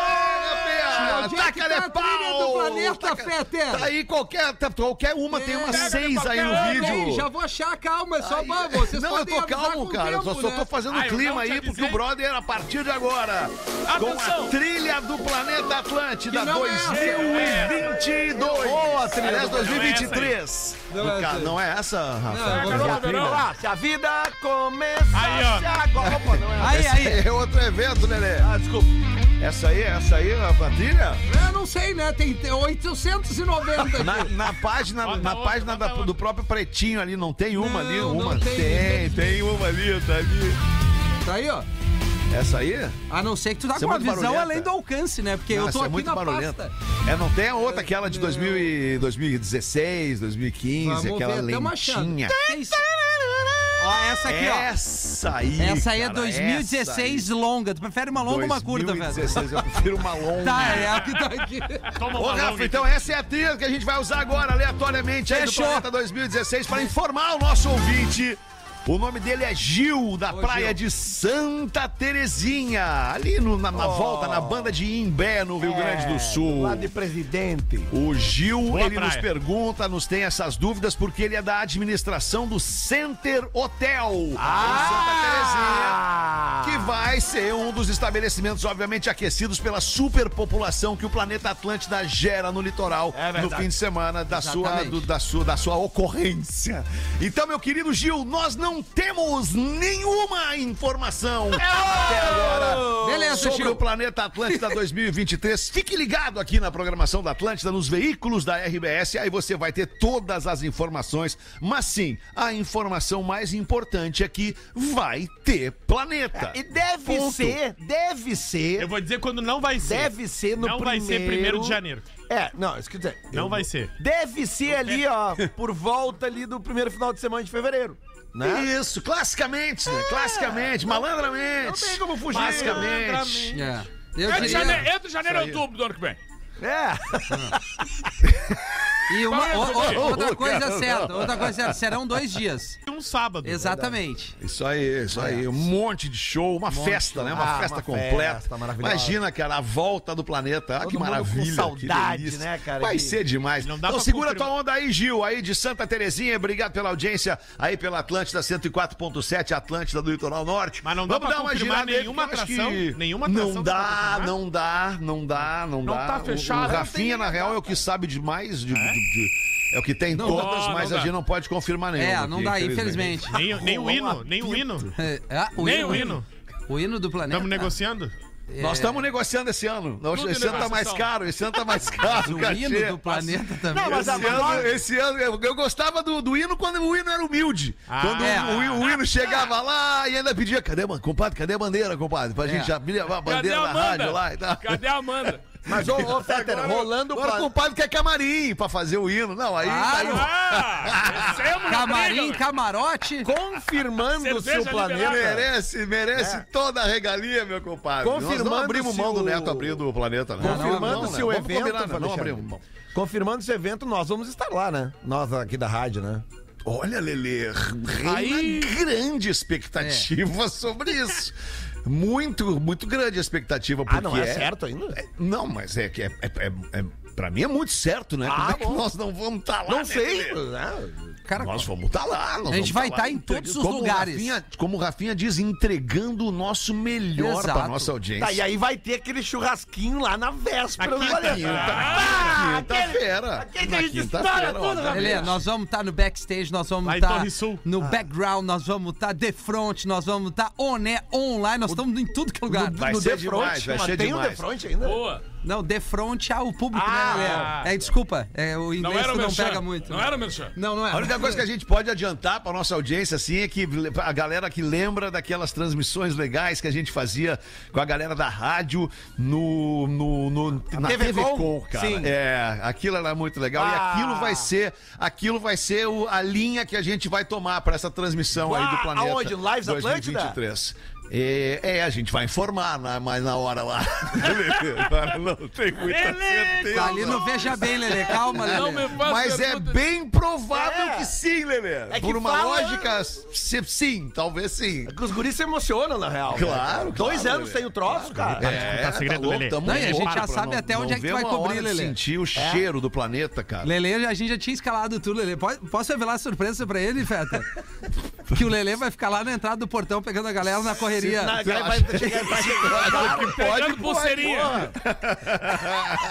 Speaker 6: Onde
Speaker 3: Rafinha!
Speaker 6: é que
Speaker 3: Taca-lhe
Speaker 6: tá a trilha
Speaker 3: pau!
Speaker 6: do Planeta,
Speaker 3: Taca-
Speaker 6: Fetter?
Speaker 3: Tá aí qualquer, tá- qualquer uma, tem umas
Speaker 4: Pega-lhe
Speaker 3: seis aí no
Speaker 4: qualquer
Speaker 3: vídeo.
Speaker 6: Ei, já vou achar, calma, é só
Speaker 3: Aí-
Speaker 6: pra vocês
Speaker 3: não, eu
Speaker 6: podem
Speaker 3: tô
Speaker 6: avisar com
Speaker 3: calmo,
Speaker 6: o
Speaker 3: cara. eu só,
Speaker 6: tempo,
Speaker 3: só
Speaker 6: né?
Speaker 3: tô fazendo
Speaker 4: Ah, eu não
Speaker 3: clima
Speaker 4: te
Speaker 3: aí, porque o
Speaker 4: avisei.
Speaker 3: brother, a partir de agora, com a
Speaker 4: Atenção.
Speaker 3: trilha do Planeta Atlântida
Speaker 6: Que não é essa. é
Speaker 3: 2022. Boa,
Speaker 7: trilha
Speaker 3: Aliás,
Speaker 7: do Planeta.
Speaker 3: 2023.
Speaker 6: Não é
Speaker 3: No
Speaker 6: essa
Speaker 3: ca-
Speaker 6: aí.
Speaker 3: Não é essa, Rafa?
Speaker 6: Não, eu vou-
Speaker 4: Garota Verão.
Speaker 7: Ah, se a vida começasse
Speaker 5: Aí, ó.
Speaker 7: agora. Opa, não é.
Speaker 6: Aí, aí.
Speaker 3: É outro evento, Lelê.
Speaker 7: Ah, desculpa.
Speaker 3: Essa aí, essa aí, a trilha?
Speaker 6: Eu não sei, né? Tem
Speaker 3: <laughs>
Speaker 6: tem 890 aqui.
Speaker 3: Na, na página,
Speaker 5: Bota
Speaker 3: na
Speaker 5: outra,
Speaker 3: página
Speaker 5: bota
Speaker 3: da-
Speaker 5: outra.
Speaker 3: do próprio Pretinho ali, não tem uma ali?
Speaker 6: Não, não
Speaker 3: Uma?
Speaker 6: tem.
Speaker 3: tem, tem uma ali, tá ali.
Speaker 6: Tá aí, ó.
Speaker 3: Essa aí?
Speaker 6: A não ser que tu tá
Speaker 3: Isso é
Speaker 6: com uma
Speaker 3: muito
Speaker 6: visão
Speaker 3: barulhenta.
Speaker 6: além do alcance, né? Porque eu
Speaker 3: Nossa,
Speaker 6: tô
Speaker 3: é
Speaker 6: aqui na pasta.
Speaker 3: É, não tem a outra, aquela de 2000 e 2016, 2015,
Speaker 6: Vamos
Speaker 3: aquela
Speaker 6: ver, tamo achando.
Speaker 3: lentinha.
Speaker 6: Que isso? Ó, essa Tá aqui, ó.
Speaker 3: Essa aí,
Speaker 6: Essa aí é
Speaker 3: cara,
Speaker 6: 2016
Speaker 3: essa
Speaker 6: longa. Tu prefere uma
Speaker 3: aí.
Speaker 6: longa ou uma curta, velho?
Speaker 3: 2016, eu prefiro uma longa.
Speaker 6: Tá, é a que tá aqui.
Speaker 5: Toma
Speaker 3: Ô,
Speaker 5: uma
Speaker 3: Rafa,
Speaker 5: longa.
Speaker 3: então essa é a trilha que a gente vai usar agora, aleatoriamente, aí do
Speaker 6: Fechou.
Speaker 3: Planeta 2016, para informar o nosso ouvinte. O nome dele é Gil, da praia
Speaker 6: Gil.
Speaker 3: de Santa Terezinha, ali no- na, na volta, na banda de Imbé, no Rio Grande do Sul.
Speaker 7: Lá Tá de presidente.
Speaker 3: O Gil,
Speaker 5: Boa
Speaker 3: ele nos
Speaker 5: praia.
Speaker 3: pergunta, nos tem essas dúvidas, porque ele é da administração do Center Hotel
Speaker 5: Ah!
Speaker 3: em Santa Terezinha. Que vai ser um dos estabelecimentos, obviamente, aquecidos pela superpopulação que o planeta Atlântida gera no litoral
Speaker 5: É
Speaker 3: no fim de semana da sua,
Speaker 6: Exatamente.
Speaker 3: do- da, sua, da sua ocorrência. Então, meu querido Gil, nós não temos nenhuma
Speaker 5: É
Speaker 3: informação até agora
Speaker 6: Beleza,
Speaker 3: sobre o
Speaker 6: Gil.
Speaker 3: Planeta <laughs> Atlântida 2023. Fique ligado aqui na programação da Atlântida, nos veículos da RBS, aí você vai ter todas as informações. Mas sim, a informação mais importante é que vai ter planeta.
Speaker 7: E deve
Speaker 3: Ponto.
Speaker 7: ser, deve ser,
Speaker 5: Eu vou dizer quando não vai ser.
Speaker 7: deve ser no
Speaker 5: Não vai
Speaker 7: primeiro...
Speaker 5: ser primeiro de janeiro.
Speaker 7: É, não, isso quer dizer...
Speaker 5: Não
Speaker 7: eu-
Speaker 5: vai ser.
Speaker 7: Deve ser ali, ó, <laughs> por volta ali do primeiro final de semana de fevereiro, né?
Speaker 3: Isso, classicamente, né? classicamente, malandramente.
Speaker 7: não tem como fugir.
Speaker 3: Classicamente.
Speaker 6: É. Eu
Speaker 4: Entre janeiro,
Speaker 5: é.
Speaker 6: diria...
Speaker 4: entre janeiro e outubro do ano que vem.
Speaker 7: É,
Speaker 6: E uma,
Speaker 4: Fala aí,
Speaker 6: o- o-
Speaker 4: Rodrigo.
Speaker 6: outra coisa é certa, outra coisa é certa. Serão dois dias.
Speaker 5: Um sábado.
Speaker 6: Exatamente.
Speaker 3: Isso aí, isso aí. Um monte de show, uma festa, né? Uma
Speaker 7: Ah,
Speaker 3: festa
Speaker 7: uma
Speaker 3: completa.
Speaker 7: festa maravilhosa.
Speaker 3: Imagina, cara, a volta do planeta. Ah, que
Speaker 7: mundo com
Speaker 3: maravilha. que
Speaker 7: saudade,
Speaker 3: delícia.
Speaker 7: né, cara?
Speaker 3: Vai
Speaker 7: Que-
Speaker 3: ser demais.
Speaker 5: Não dá
Speaker 3: Então
Speaker 5: pra
Speaker 3: segura
Speaker 5: confirmar.
Speaker 3: tua onda aí, Gil, aí de Santa Terezinha. Obrigado pela audiência aí pela Atlântida 104.7, Atlântida do Litoral Norte.
Speaker 5: Mas não dá pra confirmar
Speaker 3: aí,
Speaker 5: nenhuma
Speaker 3: porque eu acho
Speaker 5: atração?
Speaker 3: que
Speaker 5: Nenhuma
Speaker 3: Não
Speaker 5: atração dá pra
Speaker 3: dá,
Speaker 5: confirmar?
Speaker 3: não dá, não dá, não dá.
Speaker 4: tá
Speaker 3: O-
Speaker 4: fechado,
Speaker 3: O,
Speaker 4: não tem
Speaker 3: Rafinha, na real, é o que sabe demais de... de- de- é o que tem em
Speaker 6: Não dá.
Speaker 3: todas,
Speaker 4: Não
Speaker 3: mas a
Speaker 4: dá.
Speaker 3: gente não pode confirmar nenhuma.
Speaker 6: É, não
Speaker 3: aqui,
Speaker 6: dá, infelizmente.
Speaker 5: Tá Nem, nem o hino, nem o hino.
Speaker 6: É, ah,
Speaker 5: Nem o hino.
Speaker 6: O hino do planeta.
Speaker 5: Estamos negociando?
Speaker 6: É.
Speaker 3: Nós estamos negociando esse ano. Nós-
Speaker 4: Tudo
Speaker 3: esse ano tá
Speaker 4: negociação.
Speaker 3: mais caro, esse ano tá mais caro.
Speaker 6: O
Speaker 3: o cachê.
Speaker 6: hino do planeta também.
Speaker 7: Não, mas
Speaker 3: esse,
Speaker 7: agora-
Speaker 3: ano, esse ano, eu, eu gostava do, do hino quando o hino era humilde. quando o-
Speaker 6: é.
Speaker 3: o, o hino chegava lá e ainda pedia, cadê, a ban- compadre, cadê a bandeira, compadre?
Speaker 7: É.
Speaker 3: Pra gente já me levar a
Speaker 4: Cadê
Speaker 3: bandeira
Speaker 4: a
Speaker 3: na rádio lá
Speaker 4: Amanda?
Speaker 3: e tal.
Speaker 4: Cadê a Amanda?
Speaker 7: Mas, ô, <laughs> ô Fetter, rolando
Speaker 3: Agora o
Speaker 7: pra...
Speaker 3: compadre quer camarim pra fazer o hino. Não, aí... tá
Speaker 6: Claro.
Speaker 3: aí-
Speaker 4: Ah, descemos na
Speaker 6: Camarim,
Speaker 4: briga,
Speaker 6: camarote.
Speaker 7: <laughs> confirmando o
Speaker 4: Cerveja
Speaker 7: seu planeta. é.
Speaker 4: liberada.
Speaker 3: Merece, merece toda a regalia, meu compadre.
Speaker 7: Confirmando
Speaker 3: Nós não abrimos
Speaker 7: se
Speaker 3: mão do
Speaker 7: o-
Speaker 3: Neto abrindo o planeta, né?
Speaker 7: Confirmando
Speaker 3: Não,
Speaker 7: se
Speaker 3: né?
Speaker 7: o
Speaker 3: Vamos
Speaker 7: evento.
Speaker 3: combinar, né? Não
Speaker 7: Alexandre?
Speaker 3: abrimos mão.
Speaker 7: Confirmando se o evento, nós vamos estar lá, né? Nós aqui da rádio, né?
Speaker 3: Olha, Lelê, reina
Speaker 4: Aí-
Speaker 3: grande expectativa
Speaker 7: É.
Speaker 3: sobre isso. Muito, muito grande a expectativa, porque...
Speaker 7: Ah, não é, certo ainda?
Speaker 3: é- não, mas é que é, é, é- é- pra mim é muito certo, né? Como é que nós não vamos estar lá,
Speaker 7: Não
Speaker 3: né,
Speaker 7: sei.
Speaker 3: Lelê?
Speaker 7: né?
Speaker 6: Cara,
Speaker 3: Nós vamos estar lá. nós
Speaker 6: A gente
Speaker 3: vamos
Speaker 6: vai
Speaker 3: lá
Speaker 6: tá em
Speaker 3: entregando-
Speaker 6: todos os
Speaker 3: como o
Speaker 6: lugares.
Speaker 3: Rafinha- como o Rafinha diz, entregando o nosso melhor pra
Speaker 6: Exato.
Speaker 3: nossa audiência.
Speaker 7: Tá, e aí vai ter aquele churrasquinho lá na véspera do
Speaker 5: Aqui,
Speaker 7: planeta.
Speaker 3: Na
Speaker 7: tá
Speaker 3: quinta-feira.
Speaker 7: aquele que
Speaker 3: Na
Speaker 7: a gente
Speaker 3: quinta-feira,
Speaker 7: estoura tudo,
Speaker 3: obviamente.
Speaker 6: Lelê, nós vamos estar no backstage, nós vamos
Speaker 5: Lá em
Speaker 6: estar
Speaker 5: Torre Sul.
Speaker 6: no
Speaker 4: Ah.
Speaker 6: background, nós vamos estar de front, nós vamos estar oné, online, nós estamos em tudo que é lugar.
Speaker 3: Vai
Speaker 7: no
Speaker 3: ser
Speaker 7: The
Speaker 3: demais,
Speaker 7: Front,
Speaker 3: vai
Speaker 7: mas
Speaker 3: ser
Speaker 7: tem um o The
Speaker 3: demais.
Speaker 7: Front ainda?
Speaker 4: Boa.
Speaker 6: Não, de front ao público,
Speaker 7: Ah,
Speaker 6: né, Lelê? É, desculpa, é, o
Speaker 4: Não
Speaker 6: inglês
Speaker 4: era
Speaker 6: tu
Speaker 4: o
Speaker 6: não
Speaker 4: Merchan.
Speaker 6: pega muito. né?
Speaker 4: Não era o Merchan.
Speaker 6: Não, não é.
Speaker 3: A
Speaker 6: era.
Speaker 3: única coisa que a gente pode adiantar para nossa audiência assim é que a galera que lembra daquelas transmissões legais que a gente fazia com a galera da rádio no, no, no- na
Speaker 7: TV
Speaker 3: TV,
Speaker 7: Com?
Speaker 3: Com, cara.
Speaker 7: Sim.
Speaker 3: É, aquilo era muito legal
Speaker 7: Ah.
Speaker 3: e aquilo vai ser, aquilo vai ser o- a linha que a gente vai tomar para essa transmissão aí do
Speaker 7: Ah,
Speaker 3: planeta.
Speaker 7: aonde? Lives Atlântida?
Speaker 3: 2023. É, é, a gente vai informar, né, mas na hora lá. <laughs> Agora não tem muita certeza.
Speaker 6: Tá ali no Veja Bem, Lelê, calma, Lelê.
Speaker 4: Não me faça
Speaker 3: Mas é
Speaker 4: pergunta-
Speaker 3: bem provável
Speaker 7: É.
Speaker 3: que sim, Lelê.
Speaker 7: que
Speaker 3: Por uma
Speaker 7: fala-
Speaker 3: lógica, se- sim, talvez sim.
Speaker 7: Os guris se emocionam, na real.
Speaker 3: Claro,
Speaker 7: Dois
Speaker 3: claro,
Speaker 7: anos
Speaker 3: Lelê.
Speaker 7: sem o troço, cara.
Speaker 5: tá segredo, Lelê.
Speaker 3: tamo
Speaker 6: Não, e a gente
Speaker 3: É, louco
Speaker 6: já
Speaker 3: pra
Speaker 6: sabe
Speaker 3: não-
Speaker 6: até onde
Speaker 3: não
Speaker 6: é que
Speaker 3: vê
Speaker 6: tu vai
Speaker 3: uma
Speaker 6: cobrir,
Speaker 3: hora de
Speaker 6: Lelê. É.
Speaker 3: sentir o cheiro do planeta, cara.
Speaker 6: Lelê, a gente já tinha escalado tudo, Lelê. Po- Posso revelar a surpresa pra ele, Feta? que o Lelê vai ficar lá na entrada do portão pegando a galera na correria.
Speaker 7: Na-
Speaker 3: Você
Speaker 7: vai
Speaker 3: acha-
Speaker 7: chegar- vai chegar-
Speaker 3: que pode,
Speaker 4: Pegando pulseirinha.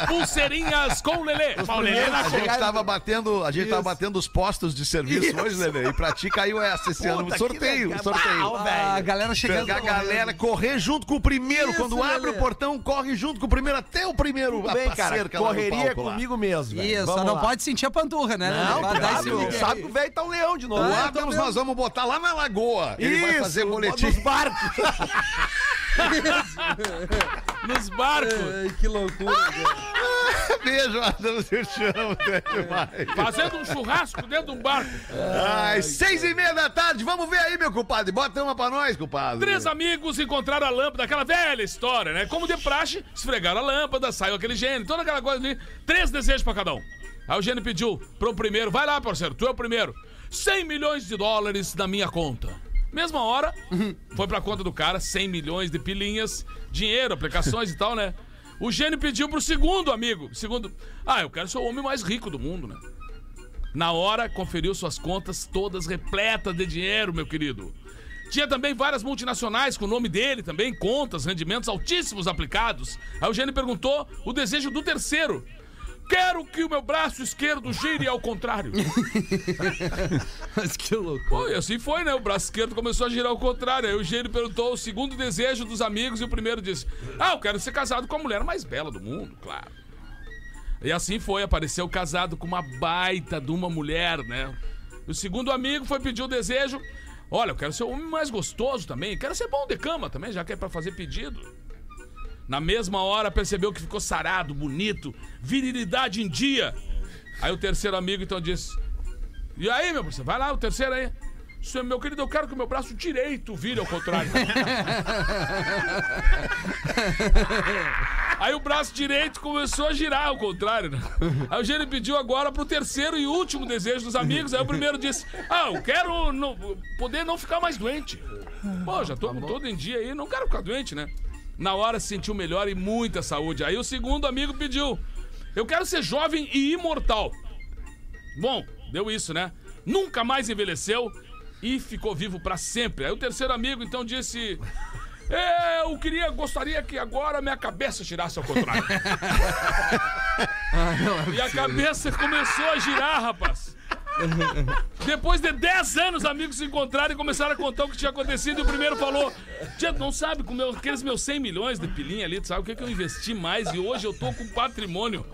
Speaker 4: Pulseirinhas com Lelê. Pau Lelê na
Speaker 3: A gente
Speaker 7: Chegando-
Speaker 3: tava batendo, a gente tava batendo os postos de serviço hoje, Lelê. E pra ti caiu essa esse ano.
Speaker 7: Puta,
Speaker 3: Sorteio,
Speaker 7: que legal.
Speaker 3: sorteio.
Speaker 7: Uau, velho.
Speaker 6: a galera chegando
Speaker 3: Pegar a
Speaker 6: na correria.
Speaker 3: galera, correr junto com o primeiro.
Speaker 6: Isso,
Speaker 3: Quando abre
Speaker 6: Lelê.
Speaker 3: o portão, corre junto com o primeiro, até o primeiro.
Speaker 7: Tudo
Speaker 3: a-
Speaker 7: bem,
Speaker 3: a
Speaker 7: cara.
Speaker 3: cerca lá no
Speaker 7: Correria é
Speaker 3: palco lá.
Speaker 7: comigo mesmo. velho.
Speaker 6: Isso, só
Speaker 7: Vamos
Speaker 6: não
Speaker 7: lá.
Speaker 6: pode sentir a panturra, né?
Speaker 7: Não,
Speaker 6: Vai dar esse
Speaker 7: claro,
Speaker 6: migué
Speaker 7: sabe
Speaker 6: aí.
Speaker 7: que o velho tá um leão de novo.
Speaker 3: O
Speaker 7: Ah,
Speaker 3: Adams nós vamos botar lá na lagoa. Ele vai fazer
Speaker 7: Isso,
Speaker 3: boletim.
Speaker 7: Nos barcos.
Speaker 3: <laughs>
Speaker 7: <laughs>
Speaker 4: Nos barcos.
Speaker 6: Ai, que loucura. cara.
Speaker 3: Beijo, Adams, eu te amo, até é demais.
Speaker 4: Fazendo um churrasco dentro de um barco.
Speaker 3: Ai, seis e meia da tarde, vamos ver aí, meu compadre. Bota uma pra nós, compadre.
Speaker 4: Três amigos encontraram a lâmpada, aquela velha história, né? Como de praxe, esfregaram a lâmpada, saiu aquele gênio, toda aquela coisa ali. Três desejos pra cada um. Aí o gênio pediu pro primeiro, vai lá, parceiro, tu é o primeiro. 100 milhões de dólares na minha conta. Mesma hora, foi pra conta do cara, 100 milhões de pilinhas, dinheiro, aplicações e tal, né? O gênio pediu pro segundo amigo. Segundo, ah, eu quero ser o homem mais rico do mundo, né? Na hora, conferiu suas contas todas repletas de dinheiro, meu querido. Tinha também várias multinacionais com o nome dele também, contas, rendimentos altíssimos aplicados. Aí o Gênio perguntou o desejo do terceiro. Quero que o meu braço esquerdo gire ao contrário.
Speaker 6: Mas que loucura.
Speaker 4: Pô, e assim foi, né? O braço esquerdo começou a girar ao contrário. Aí o Gênio perguntou o segundo desejo dos amigos e o primeiro disse: Ah, eu quero ser casado com a mulher mais bela do mundo, claro. E assim foi, apareceu casado com uma baita de uma mulher, né? O segundo amigo foi pedir o desejo. Olha, eu quero ser o homem mais gostoso também. Quero ser bom de cama também, já que é pra fazer pedido. Na mesma hora percebeu que ficou sarado, bonito, virilidade em dia. Aí o terceiro amigo então disse: E aí, meu parceiro, vai lá, o terceiro aí. Isso é, Meu querido, eu quero que o meu braço direito vire ao contrário. Aí o braço direito começou a girar ao contrário. né? Aí o Gênio pediu agora pro terceiro e último desejo dos amigos. Aí o primeiro disse: Ah, eu quero não- poder não ficar mais doente. Pô, já tô com todo em dia aí, não quero ficar doente, né? Na hora se sentiu melhor e muita saúde. Aí o segundo amigo pediu: Eu quero ser jovem e imortal. Bom, deu isso, né? Nunca mais envelheceu e ficou vivo pra sempre. Aí o terceiro amigo então disse: "É, Eu queria, gostaria que agora minha cabeça girasse ao contrário. e a cabeça começou a girar, rapaz. Depois de 10 anos, amigos se encontraram e começaram a contar o que tinha acontecido. E o primeiro falou: Tia, tu não sabe, com meu- aqueles meus 100 milhões de pilinha ali, tu sabe o que, que eu investi mais? E hoje eu tô com patrimônio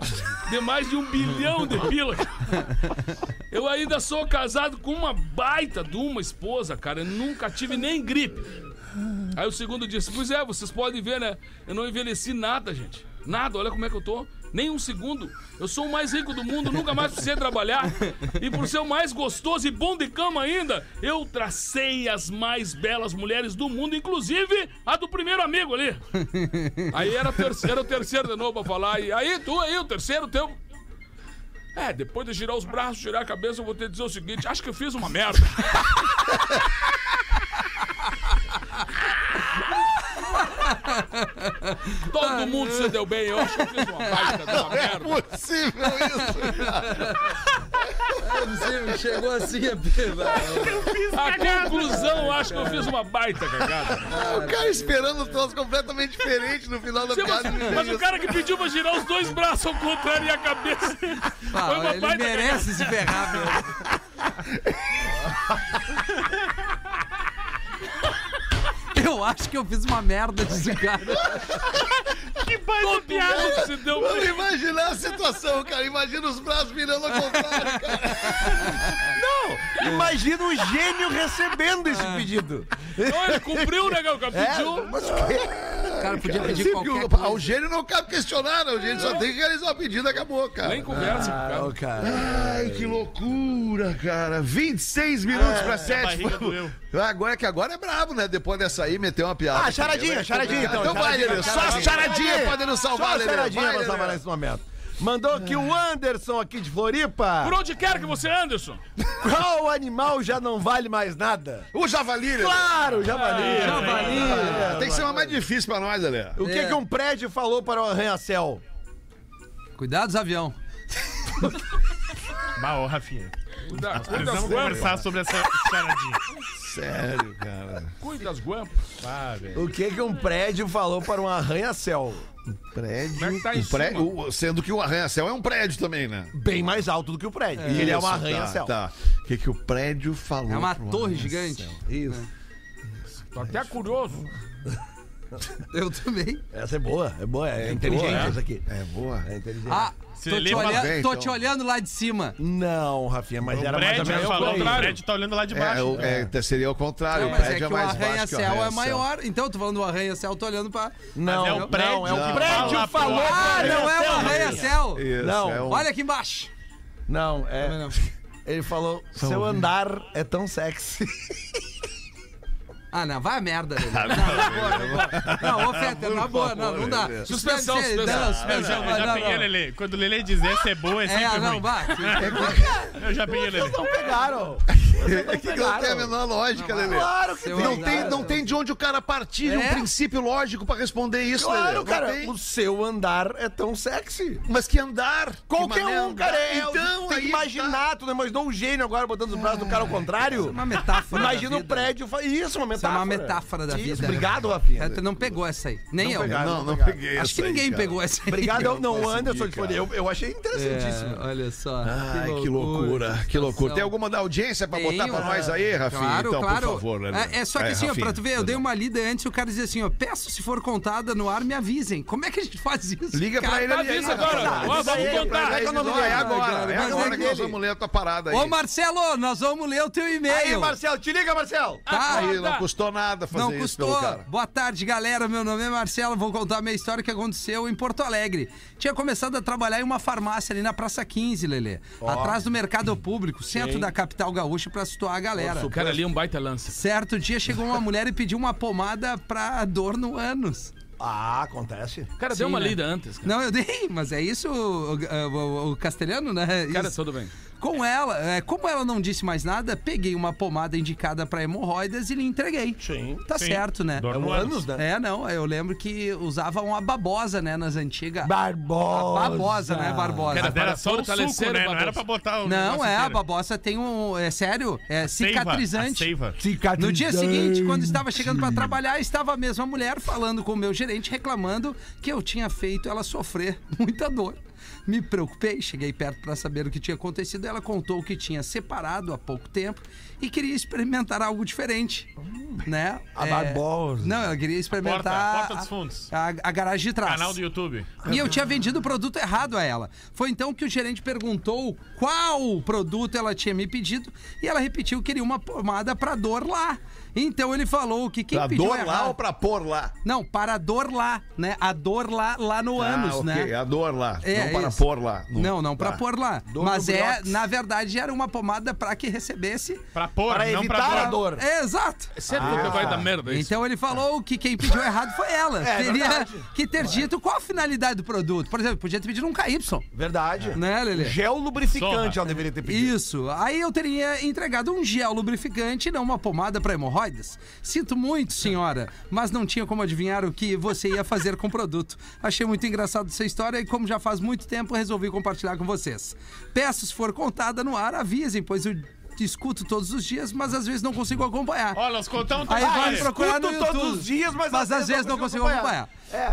Speaker 4: de mais de um bilhão de pila. Eu ainda sou casado com uma baita de uma esposa, cara. Eu nunca tive nem gripe. Aí o segundo disse: Pois é, vocês podem ver, né? Eu não envelheci nada, gente. Nada, olha como é que eu tô. Nem um segundo. Eu sou o mais rico do mundo, nunca mais precisei trabalhar. E por ser o mais gostoso e bom de cama ainda, eu tracei as mais belas mulheres do mundo, inclusive a do primeiro amigo ali. Aí era, o terceiro, era o terceiro de novo pra falar. E aí, tu aí, o terceiro teu. É, depois de girar os braços, girar a cabeça, eu vou ter que dizer o seguinte: acho que eu fiz uma merda. Todo mundo se deu bem, eu acho que eu fiz uma baita de uma merda.
Speaker 3: É Possível isso.
Speaker 6: Você chegou assim a pena.
Speaker 4: A conclusão, eu acho que eu fiz uma baita cagada.
Speaker 3: O cara esperando um troço completamente diferente no final da
Speaker 4: Sim,
Speaker 3: piada.
Speaker 4: Mas, mas o cara que pediu pra girar os dois braços ao contrário e a cabeça. Foi uma
Speaker 6: Ah, Ele
Speaker 4: baita cagada.
Speaker 6: merece se ferrar, meu. Eu acho que eu fiz uma merda desse cara.
Speaker 4: Todo mundo se deu
Speaker 3: Vamos
Speaker 6: é.
Speaker 4: bem.
Speaker 3: imaginar a situação, cara. Imagina os braços virando ao contrário, cara.
Speaker 7: Imagina o gênio recebendo esse pedido.
Speaker 4: Então ele cumpriu, né,
Speaker 6: É,
Speaker 4: Gal? Pediu.
Speaker 7: Mas o quê?
Speaker 6: O cara podia pedir
Speaker 3: Sim, porque
Speaker 6: qualquer
Speaker 3: o, ao
Speaker 6: coisa.
Speaker 3: gênio não cabe questionar, né? o gênio só tem que realizar o pedido e acabou, cara.
Speaker 4: Nem conversa com o
Speaker 6: Ah,
Speaker 4: cara.
Speaker 7: Ô, cara.
Speaker 3: Ai, que loucura, cara. 26 minutos pra 7.
Speaker 5: barriga doeu.
Speaker 3: Agora que agora é brabo, né? Depois dessa aí, meter uma piada.
Speaker 7: Ah, charadinha, charadinha então.
Speaker 3: Então vai,
Speaker 7: charadinha,
Speaker 3: Lelê. Só as charadinhas podem nos salvar,
Speaker 7: Só a
Speaker 3: Lelê.
Speaker 7: charadinha
Speaker 3: Vai,
Speaker 7: pra salvar
Speaker 3: Lelê.
Speaker 7: nesse momento. Mandou aqui o Anderson aqui de Floripa.
Speaker 4: Por onde quer que você, Anderson?
Speaker 7: Qual animal já não vale mais nada?
Speaker 3: O javali, Lelê.
Speaker 7: Claro, javali.
Speaker 6: Ah, Javali.
Speaker 3: Tem que ser uma mais difícil pra nós, Lelê.
Speaker 7: O que,
Speaker 6: É.
Speaker 7: que um prédio falou para o arranha-céu?
Speaker 6: Cuidado dos avião.
Speaker 5: Bah, ô, Rafinha.
Speaker 4: Cuidado, cuida das
Speaker 5: Precisamos
Speaker 4: guampas.
Speaker 5: conversar sobre essa charadinha.
Speaker 3: Sério, cara.
Speaker 4: Cuida das guampas.
Speaker 7: O que, que um prédio falou para um arranha-céu? Um
Speaker 3: Prédio.
Speaker 4: Como é que tá em
Speaker 3: o prédio
Speaker 4: cima?
Speaker 3: o- sendo que o arranha-céu é um prédio também, né?
Speaker 7: Bem mais alto do que o prédio. E ele é um
Speaker 3: Isso,
Speaker 7: arranha-céu.
Speaker 3: Tá. tá. O que, que o prédio falou?
Speaker 6: É uma
Speaker 3: pro
Speaker 6: torre
Speaker 3: arranha-céu?
Speaker 6: gigante.
Speaker 7: Isso.
Speaker 4: Tô até curioso.
Speaker 6: Eu também.
Speaker 7: Essa é boa, é boa, é, inteligente
Speaker 3: boa, é?
Speaker 7: essa aqui.
Speaker 3: É boa.
Speaker 7: É inteligente.
Speaker 6: Ah,
Speaker 5: Se
Speaker 6: tô,
Speaker 5: ele
Speaker 6: te,
Speaker 5: lembra
Speaker 6: olhando-
Speaker 3: bem,
Speaker 6: tô
Speaker 3: então.
Speaker 6: te olhando lá de cima.
Speaker 7: Não, Rafinha, mas
Speaker 5: O
Speaker 7: era mais ou
Speaker 5: prédio,
Speaker 7: menos
Speaker 5: já
Speaker 7: por
Speaker 5: falou,
Speaker 7: aí.
Speaker 5: o prédio tá olhando lá de
Speaker 3: É,
Speaker 5: baixo.
Speaker 3: o- é, seria ao contrário.
Speaker 6: Não,
Speaker 3: o
Speaker 6: mas é
Speaker 3: prédio
Speaker 6: que
Speaker 3: é,
Speaker 6: o
Speaker 3: mais baixo que o
Speaker 6: arranha-céu é
Speaker 3: arranha-céu.
Speaker 6: maior. Então, eu tô falando do arranha-céu, eu tô olhando pra.
Speaker 7: Não,
Speaker 5: Mas é
Speaker 7: não,
Speaker 5: o prédio
Speaker 7: é o
Speaker 5: que
Speaker 7: prédio
Speaker 5: fala pro
Speaker 7: falou.
Speaker 6: Ah,
Speaker 7: pro
Speaker 6: não é
Speaker 7: arranha-céu.
Speaker 6: o arranha-céu!
Speaker 3: Isso,
Speaker 7: Não,
Speaker 3: é um-
Speaker 6: Olha aqui embaixo!
Speaker 7: Não, é.
Speaker 6: Não.
Speaker 7: Ele falou, seu andar é tão sexy.
Speaker 6: Ah, não, vai a merda, velho. Não,
Speaker 3: <laughs>
Speaker 6: na boa, na boa. Não, ô Feta, na boa, não, não dá.
Speaker 4: Suspensão,
Speaker 6: Deve ser-
Speaker 4: suspensão.
Speaker 6: não,
Speaker 5: Eu já, eu já
Speaker 6: não,
Speaker 5: peguei,
Speaker 6: não.
Speaker 5: Lelê. Quando o Lelê diz essa é boa, é sempre
Speaker 6: É, não,
Speaker 5: ruim.
Speaker 6: vai.
Speaker 5: Eu já peguei, Lelê.
Speaker 7: Não pegaram.
Speaker 3: É que não tem a menor lógica, Lelê.
Speaker 7: Claro que
Speaker 6: Seu
Speaker 3: Não
Speaker 6: andar-
Speaker 3: tem, não tem de onde o cara partir de um
Speaker 6: É?
Speaker 3: princípio lógico pra responder isso, Lelê.
Speaker 7: Claro,
Speaker 3: Não
Speaker 7: cara.
Speaker 3: tem.
Speaker 7: O seu andar é tão sexy.
Speaker 3: Mas que andar? Que
Speaker 7: Qualquer
Speaker 3: mané
Speaker 7: um, cara. É,
Speaker 3: Então,
Speaker 7: tem
Speaker 3: aí
Speaker 7: que imaginar, tu não imaginou um gênio agora botando os braços do cara ao contrário?
Speaker 6: é Uma metáfora.
Speaker 7: Imagina
Speaker 6: da
Speaker 7: o
Speaker 6: vida.
Speaker 7: prédio. fa- Isso, uma
Speaker 6: Isso é
Speaker 7: metáfora.
Speaker 6: uma metáfora da
Speaker 7: Isso,
Speaker 6: vida.
Speaker 7: Obrigado,
Speaker 6: <laughs> né?
Speaker 7: Rafinha.
Speaker 6: Feta não pegou essa aí. Nem eu.
Speaker 3: tá.
Speaker 7: pegaram.
Speaker 3: Não, não
Speaker 7: Obrigado.
Speaker 3: peguei.
Speaker 6: Acho
Speaker 3: essa
Speaker 6: que
Speaker 3: aí,
Speaker 6: ninguém
Speaker 3: cara.
Speaker 6: pegou essa aí.
Speaker 7: Obrigado,
Speaker 3: Eu
Speaker 7: não, o
Speaker 3: consegui,
Speaker 7: Anderson que
Speaker 3: cara.
Speaker 7: foi. Eu, eu achei
Speaker 6: É,
Speaker 7: interessantíssimo.
Speaker 6: olha só.
Speaker 3: Ai, que loucura, que loucura. Tem alguma da audiência pra botar
Speaker 6: Tenho,
Speaker 3: pra nós aí, Rafinha?
Speaker 6: Claro,
Speaker 3: então,
Speaker 6: claro.
Speaker 3: por favor, Lelê.
Speaker 6: É, é só que assim, ó,
Speaker 3: Rafinha,
Speaker 6: pra tu ver, eu
Speaker 3: perdão.
Speaker 1: um
Speaker 6: dei uma lida antes e o cara dizia assim, ó, peço se for contada no ar, me avisem. Como é que a gente faz isso?
Speaker 3: Liga pra
Speaker 6: cara?
Speaker 1: tá
Speaker 3: ele ali. aí,
Speaker 4: Avisa agora.
Speaker 6: é
Speaker 3: Rafinha.
Speaker 4: Ó,
Speaker 7: avisa
Speaker 4: vamos
Speaker 7: aí,
Speaker 4: contar.
Speaker 3: É
Speaker 7: avisa aí.
Speaker 3: agora, é agora, é
Speaker 6: Mas é
Speaker 3: agora que nós
Speaker 6: dele.
Speaker 3: vamos ler a tua parada aí.
Speaker 6: Ô, Marcelo, nós vamos ler o teu
Speaker 7: Aí,
Speaker 6: e-mail.
Speaker 7: Marcel, te liga, Marcel.
Speaker 6: Tá?
Speaker 3: Ah, Aí, não custou nada fazer
Speaker 6: Não
Speaker 3: isso
Speaker 6: custou.
Speaker 3: pelo cara.
Speaker 6: Boa tarde, galera. Meu nome é Marcelo. Vou contar a minha história que aconteceu em Porto Alegre. Tinha começado a trabalhar em uma farmácia ali na Praça 15, Lelê. Atrás do Mercado Público, centro da capital gaúcha, pra situar a galera.
Speaker 4: O cara ali é um baita lança.
Speaker 6: Certo dia chegou uma mulher e pediu uma pomada pra dor no ânus.
Speaker 7: Ah, acontece.
Speaker 4: Cara, deu
Speaker 6: Sim,
Speaker 4: uma
Speaker 6: né?
Speaker 4: lida antes. Cara,
Speaker 6: Não, eu dei, mas é isso, o, o- o castelhano, né?
Speaker 4: cara
Speaker 6: Isso.
Speaker 4: tudo bem.
Speaker 6: Com ela, é, como ela não disse mais nada, peguei uma pomada indicada pra hemorroidas e lhe entreguei.
Speaker 7: Sim.
Speaker 6: Tá
Speaker 5: Sim.
Speaker 6: certo, né?
Speaker 5: Dor
Speaker 7: É
Speaker 5: no
Speaker 7: um
Speaker 5: ânus.
Speaker 7: anos, né?
Speaker 6: É, não, eu lembro que usavam a babosa, né, nas antigas.
Speaker 7: Barbosa.
Speaker 6: Babosa, né, Barbosa.
Speaker 5: Cara, era só o suco,
Speaker 4: fortalecer
Speaker 5: né?
Speaker 4: o
Speaker 5: Não era pra botar o
Speaker 6: Não,
Speaker 5: negócio
Speaker 6: é, a
Speaker 5: inteiro.
Speaker 6: babosa tem um, é sério, é
Speaker 5: Seiva,
Speaker 6: cicatrizante.
Speaker 5: a Seiva.
Speaker 6: No dia seguinte, quando estava chegando para trabalhar, estava a mesma mulher falando com o meu gerente, reclamando que eu tinha feito ela sofrer <laughs> muita dor. Me preocupei, cheguei perto para saber o que tinha acontecido. Ela contou que tinha separado há pouco tempo e queria experimentar algo diferente, né?
Speaker 7: Hum. A
Speaker 6: É,
Speaker 7: Barbosa.
Speaker 6: Não, ela queria experimentar
Speaker 5: a porta dos fundos.
Speaker 6: a, a garagem de trás.
Speaker 5: Canal do YouTube.
Speaker 6: E eu tinha vendido o produto errado a ela. Foi então que o gerente perguntou qual produto ela tinha me pedido e ela repetiu que queria uma pomada para dor lá. Então ele falou que quem
Speaker 1: Pra
Speaker 6: pediu
Speaker 1: dor lá
Speaker 6: errado-
Speaker 1: ou pra pôr lá?
Speaker 6: Não, para dor lá, né? A dor lá, lá no ânus,
Speaker 1: ah, ok,
Speaker 6: né?
Speaker 1: A dor lá.
Speaker 6: É,
Speaker 1: não para
Speaker 6: isso.
Speaker 1: pôr lá.
Speaker 6: Não, não para
Speaker 1: Tá.
Speaker 6: pôr lá.
Speaker 7: Dor
Speaker 6: Mas
Speaker 7: no
Speaker 6: é,
Speaker 7: briox.
Speaker 6: na verdade, era uma pomada para que recebesse.
Speaker 5: Pra pôr,
Speaker 7: Para
Speaker 5: não
Speaker 7: evitar
Speaker 5: pra pôr.
Speaker 7: a dor.
Speaker 6: É, exato.
Speaker 4: Sempre que vai dar merda isso.
Speaker 6: Ah, Então ele falou que quem pediu errado foi ela.
Speaker 1: É
Speaker 6: Teria que ter dito qual a finalidade do produto. Por exemplo, podia ter pedido um KY,
Speaker 7: Verdade.
Speaker 6: né, Lelê?
Speaker 7: Gel lubrificante
Speaker 5: Sorra.
Speaker 7: ela deveria ter pedido.
Speaker 6: Isso. Aí eu teria entregado um gel lubrificante e não uma pomada para hemorroidas. Sinto muito, senhora, mas não tinha como adivinhar o que você ia fazer com o produto. Achei muito engraçado essa história e, como já faz muito tempo, resolvi compartilhar com vocês. Peço, se for contada no ar, avisem, pois eu escuto todos os dias, mas às vezes não consigo acompanhar.
Speaker 5: Ó, nós contamos
Speaker 6: Aí
Speaker 5: tudo.
Speaker 6: vai procurar
Speaker 7: tá
Speaker 6: no
Speaker 7: é. Escuto
Speaker 6: YouTube.
Speaker 7: todos os dias, mas às
Speaker 6: às vezes não consigo acompanhar.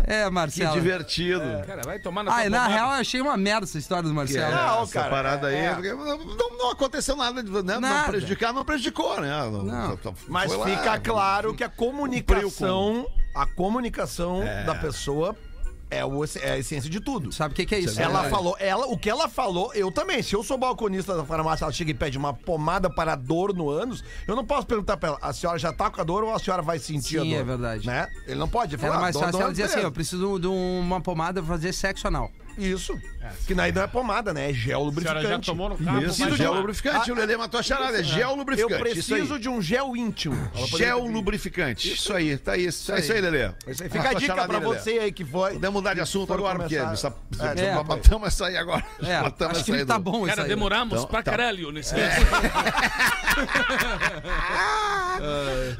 Speaker 6: É,
Speaker 1: Que
Speaker 6: Marcelo.
Speaker 1: divertido.
Speaker 3: É,
Speaker 4: Cara, vai tomar na
Speaker 6: Ah,
Speaker 4: tua
Speaker 6: na
Speaker 4: pomada.
Speaker 6: real, eu achei uma merda essa história do
Speaker 1: É,
Speaker 6: Marcelo.
Speaker 7: Não,
Speaker 1: essa
Speaker 7: cara,
Speaker 1: parada aí,
Speaker 7: é.
Speaker 1: porque não, não- não aconteceu nada, de- né? não
Speaker 6: Nada.
Speaker 1: prejudicar, não prejudicou, né? Não-
Speaker 6: Não.
Speaker 1: só- só
Speaker 7: Mas
Speaker 1: foi lá,
Speaker 6: né?
Speaker 7: fica claro que a comunicação, a comunicação da pessoa é, o, é a essência de tudo.
Speaker 6: Sabe o que, que é isso? né?
Speaker 7: Ela falou, ela, o que ela falou, eu também. Se eu sou balconista da farmácia, ela chega e pede uma pomada para dor no ânus, eu não posso perguntar pra ela, a senhora já tá com a dor ou a senhora vai sentir a
Speaker 6: Sim,
Speaker 7: dor?
Speaker 6: é verdade.
Speaker 7: Né? Ele não pode. ele
Speaker 6: Era
Speaker 7: fala, "Ah,
Speaker 6: mais
Speaker 7: dor no
Speaker 6: fácil ela
Speaker 7: ânus,
Speaker 6: dizer assim, eu
Speaker 7: beleza."
Speaker 6: preciso de uma pomada pra fazer sexo anal.
Speaker 7: Isso. que daí não é pomada, né? É gel
Speaker 5: A senhora
Speaker 7: lubrificante.
Speaker 5: já tomou no carro.
Speaker 1: Isso,
Speaker 5: vai
Speaker 1: gel
Speaker 5: tomar.
Speaker 1: lubrificante. o Lelê matou a charada. É gel
Speaker 7: Eu
Speaker 1: lubrificante. isso aí.
Speaker 7: preciso de um gel íntimo. Ela poderia
Speaker 1: Gel
Speaker 7: ter pedido.
Speaker 1: lubrificante. Isso aí, tá isso. É isso aí, Lelê.
Speaker 7: Isso aí, Fica a
Speaker 1: Matou
Speaker 7: dica
Speaker 1: charada,
Speaker 7: pra
Speaker 1: Lelê.
Speaker 7: você aí que foi.
Speaker 1: Podemos mudar de assunto
Speaker 7: Foram
Speaker 1: agora, porque
Speaker 7: começar-
Speaker 1: essa,
Speaker 7: É,
Speaker 6: é,
Speaker 1: matamos essa aí agora.
Speaker 6: É,
Speaker 1: matamos
Speaker 6: acho
Speaker 1: essa
Speaker 6: que
Speaker 1: aí
Speaker 6: tá
Speaker 1: do-
Speaker 6: bom isso
Speaker 4: Cara,
Speaker 6: aí.
Speaker 4: demoramos
Speaker 1: Então,
Speaker 4: pra
Speaker 1: tá.
Speaker 4: caralho
Speaker 6: É.
Speaker 4: nesse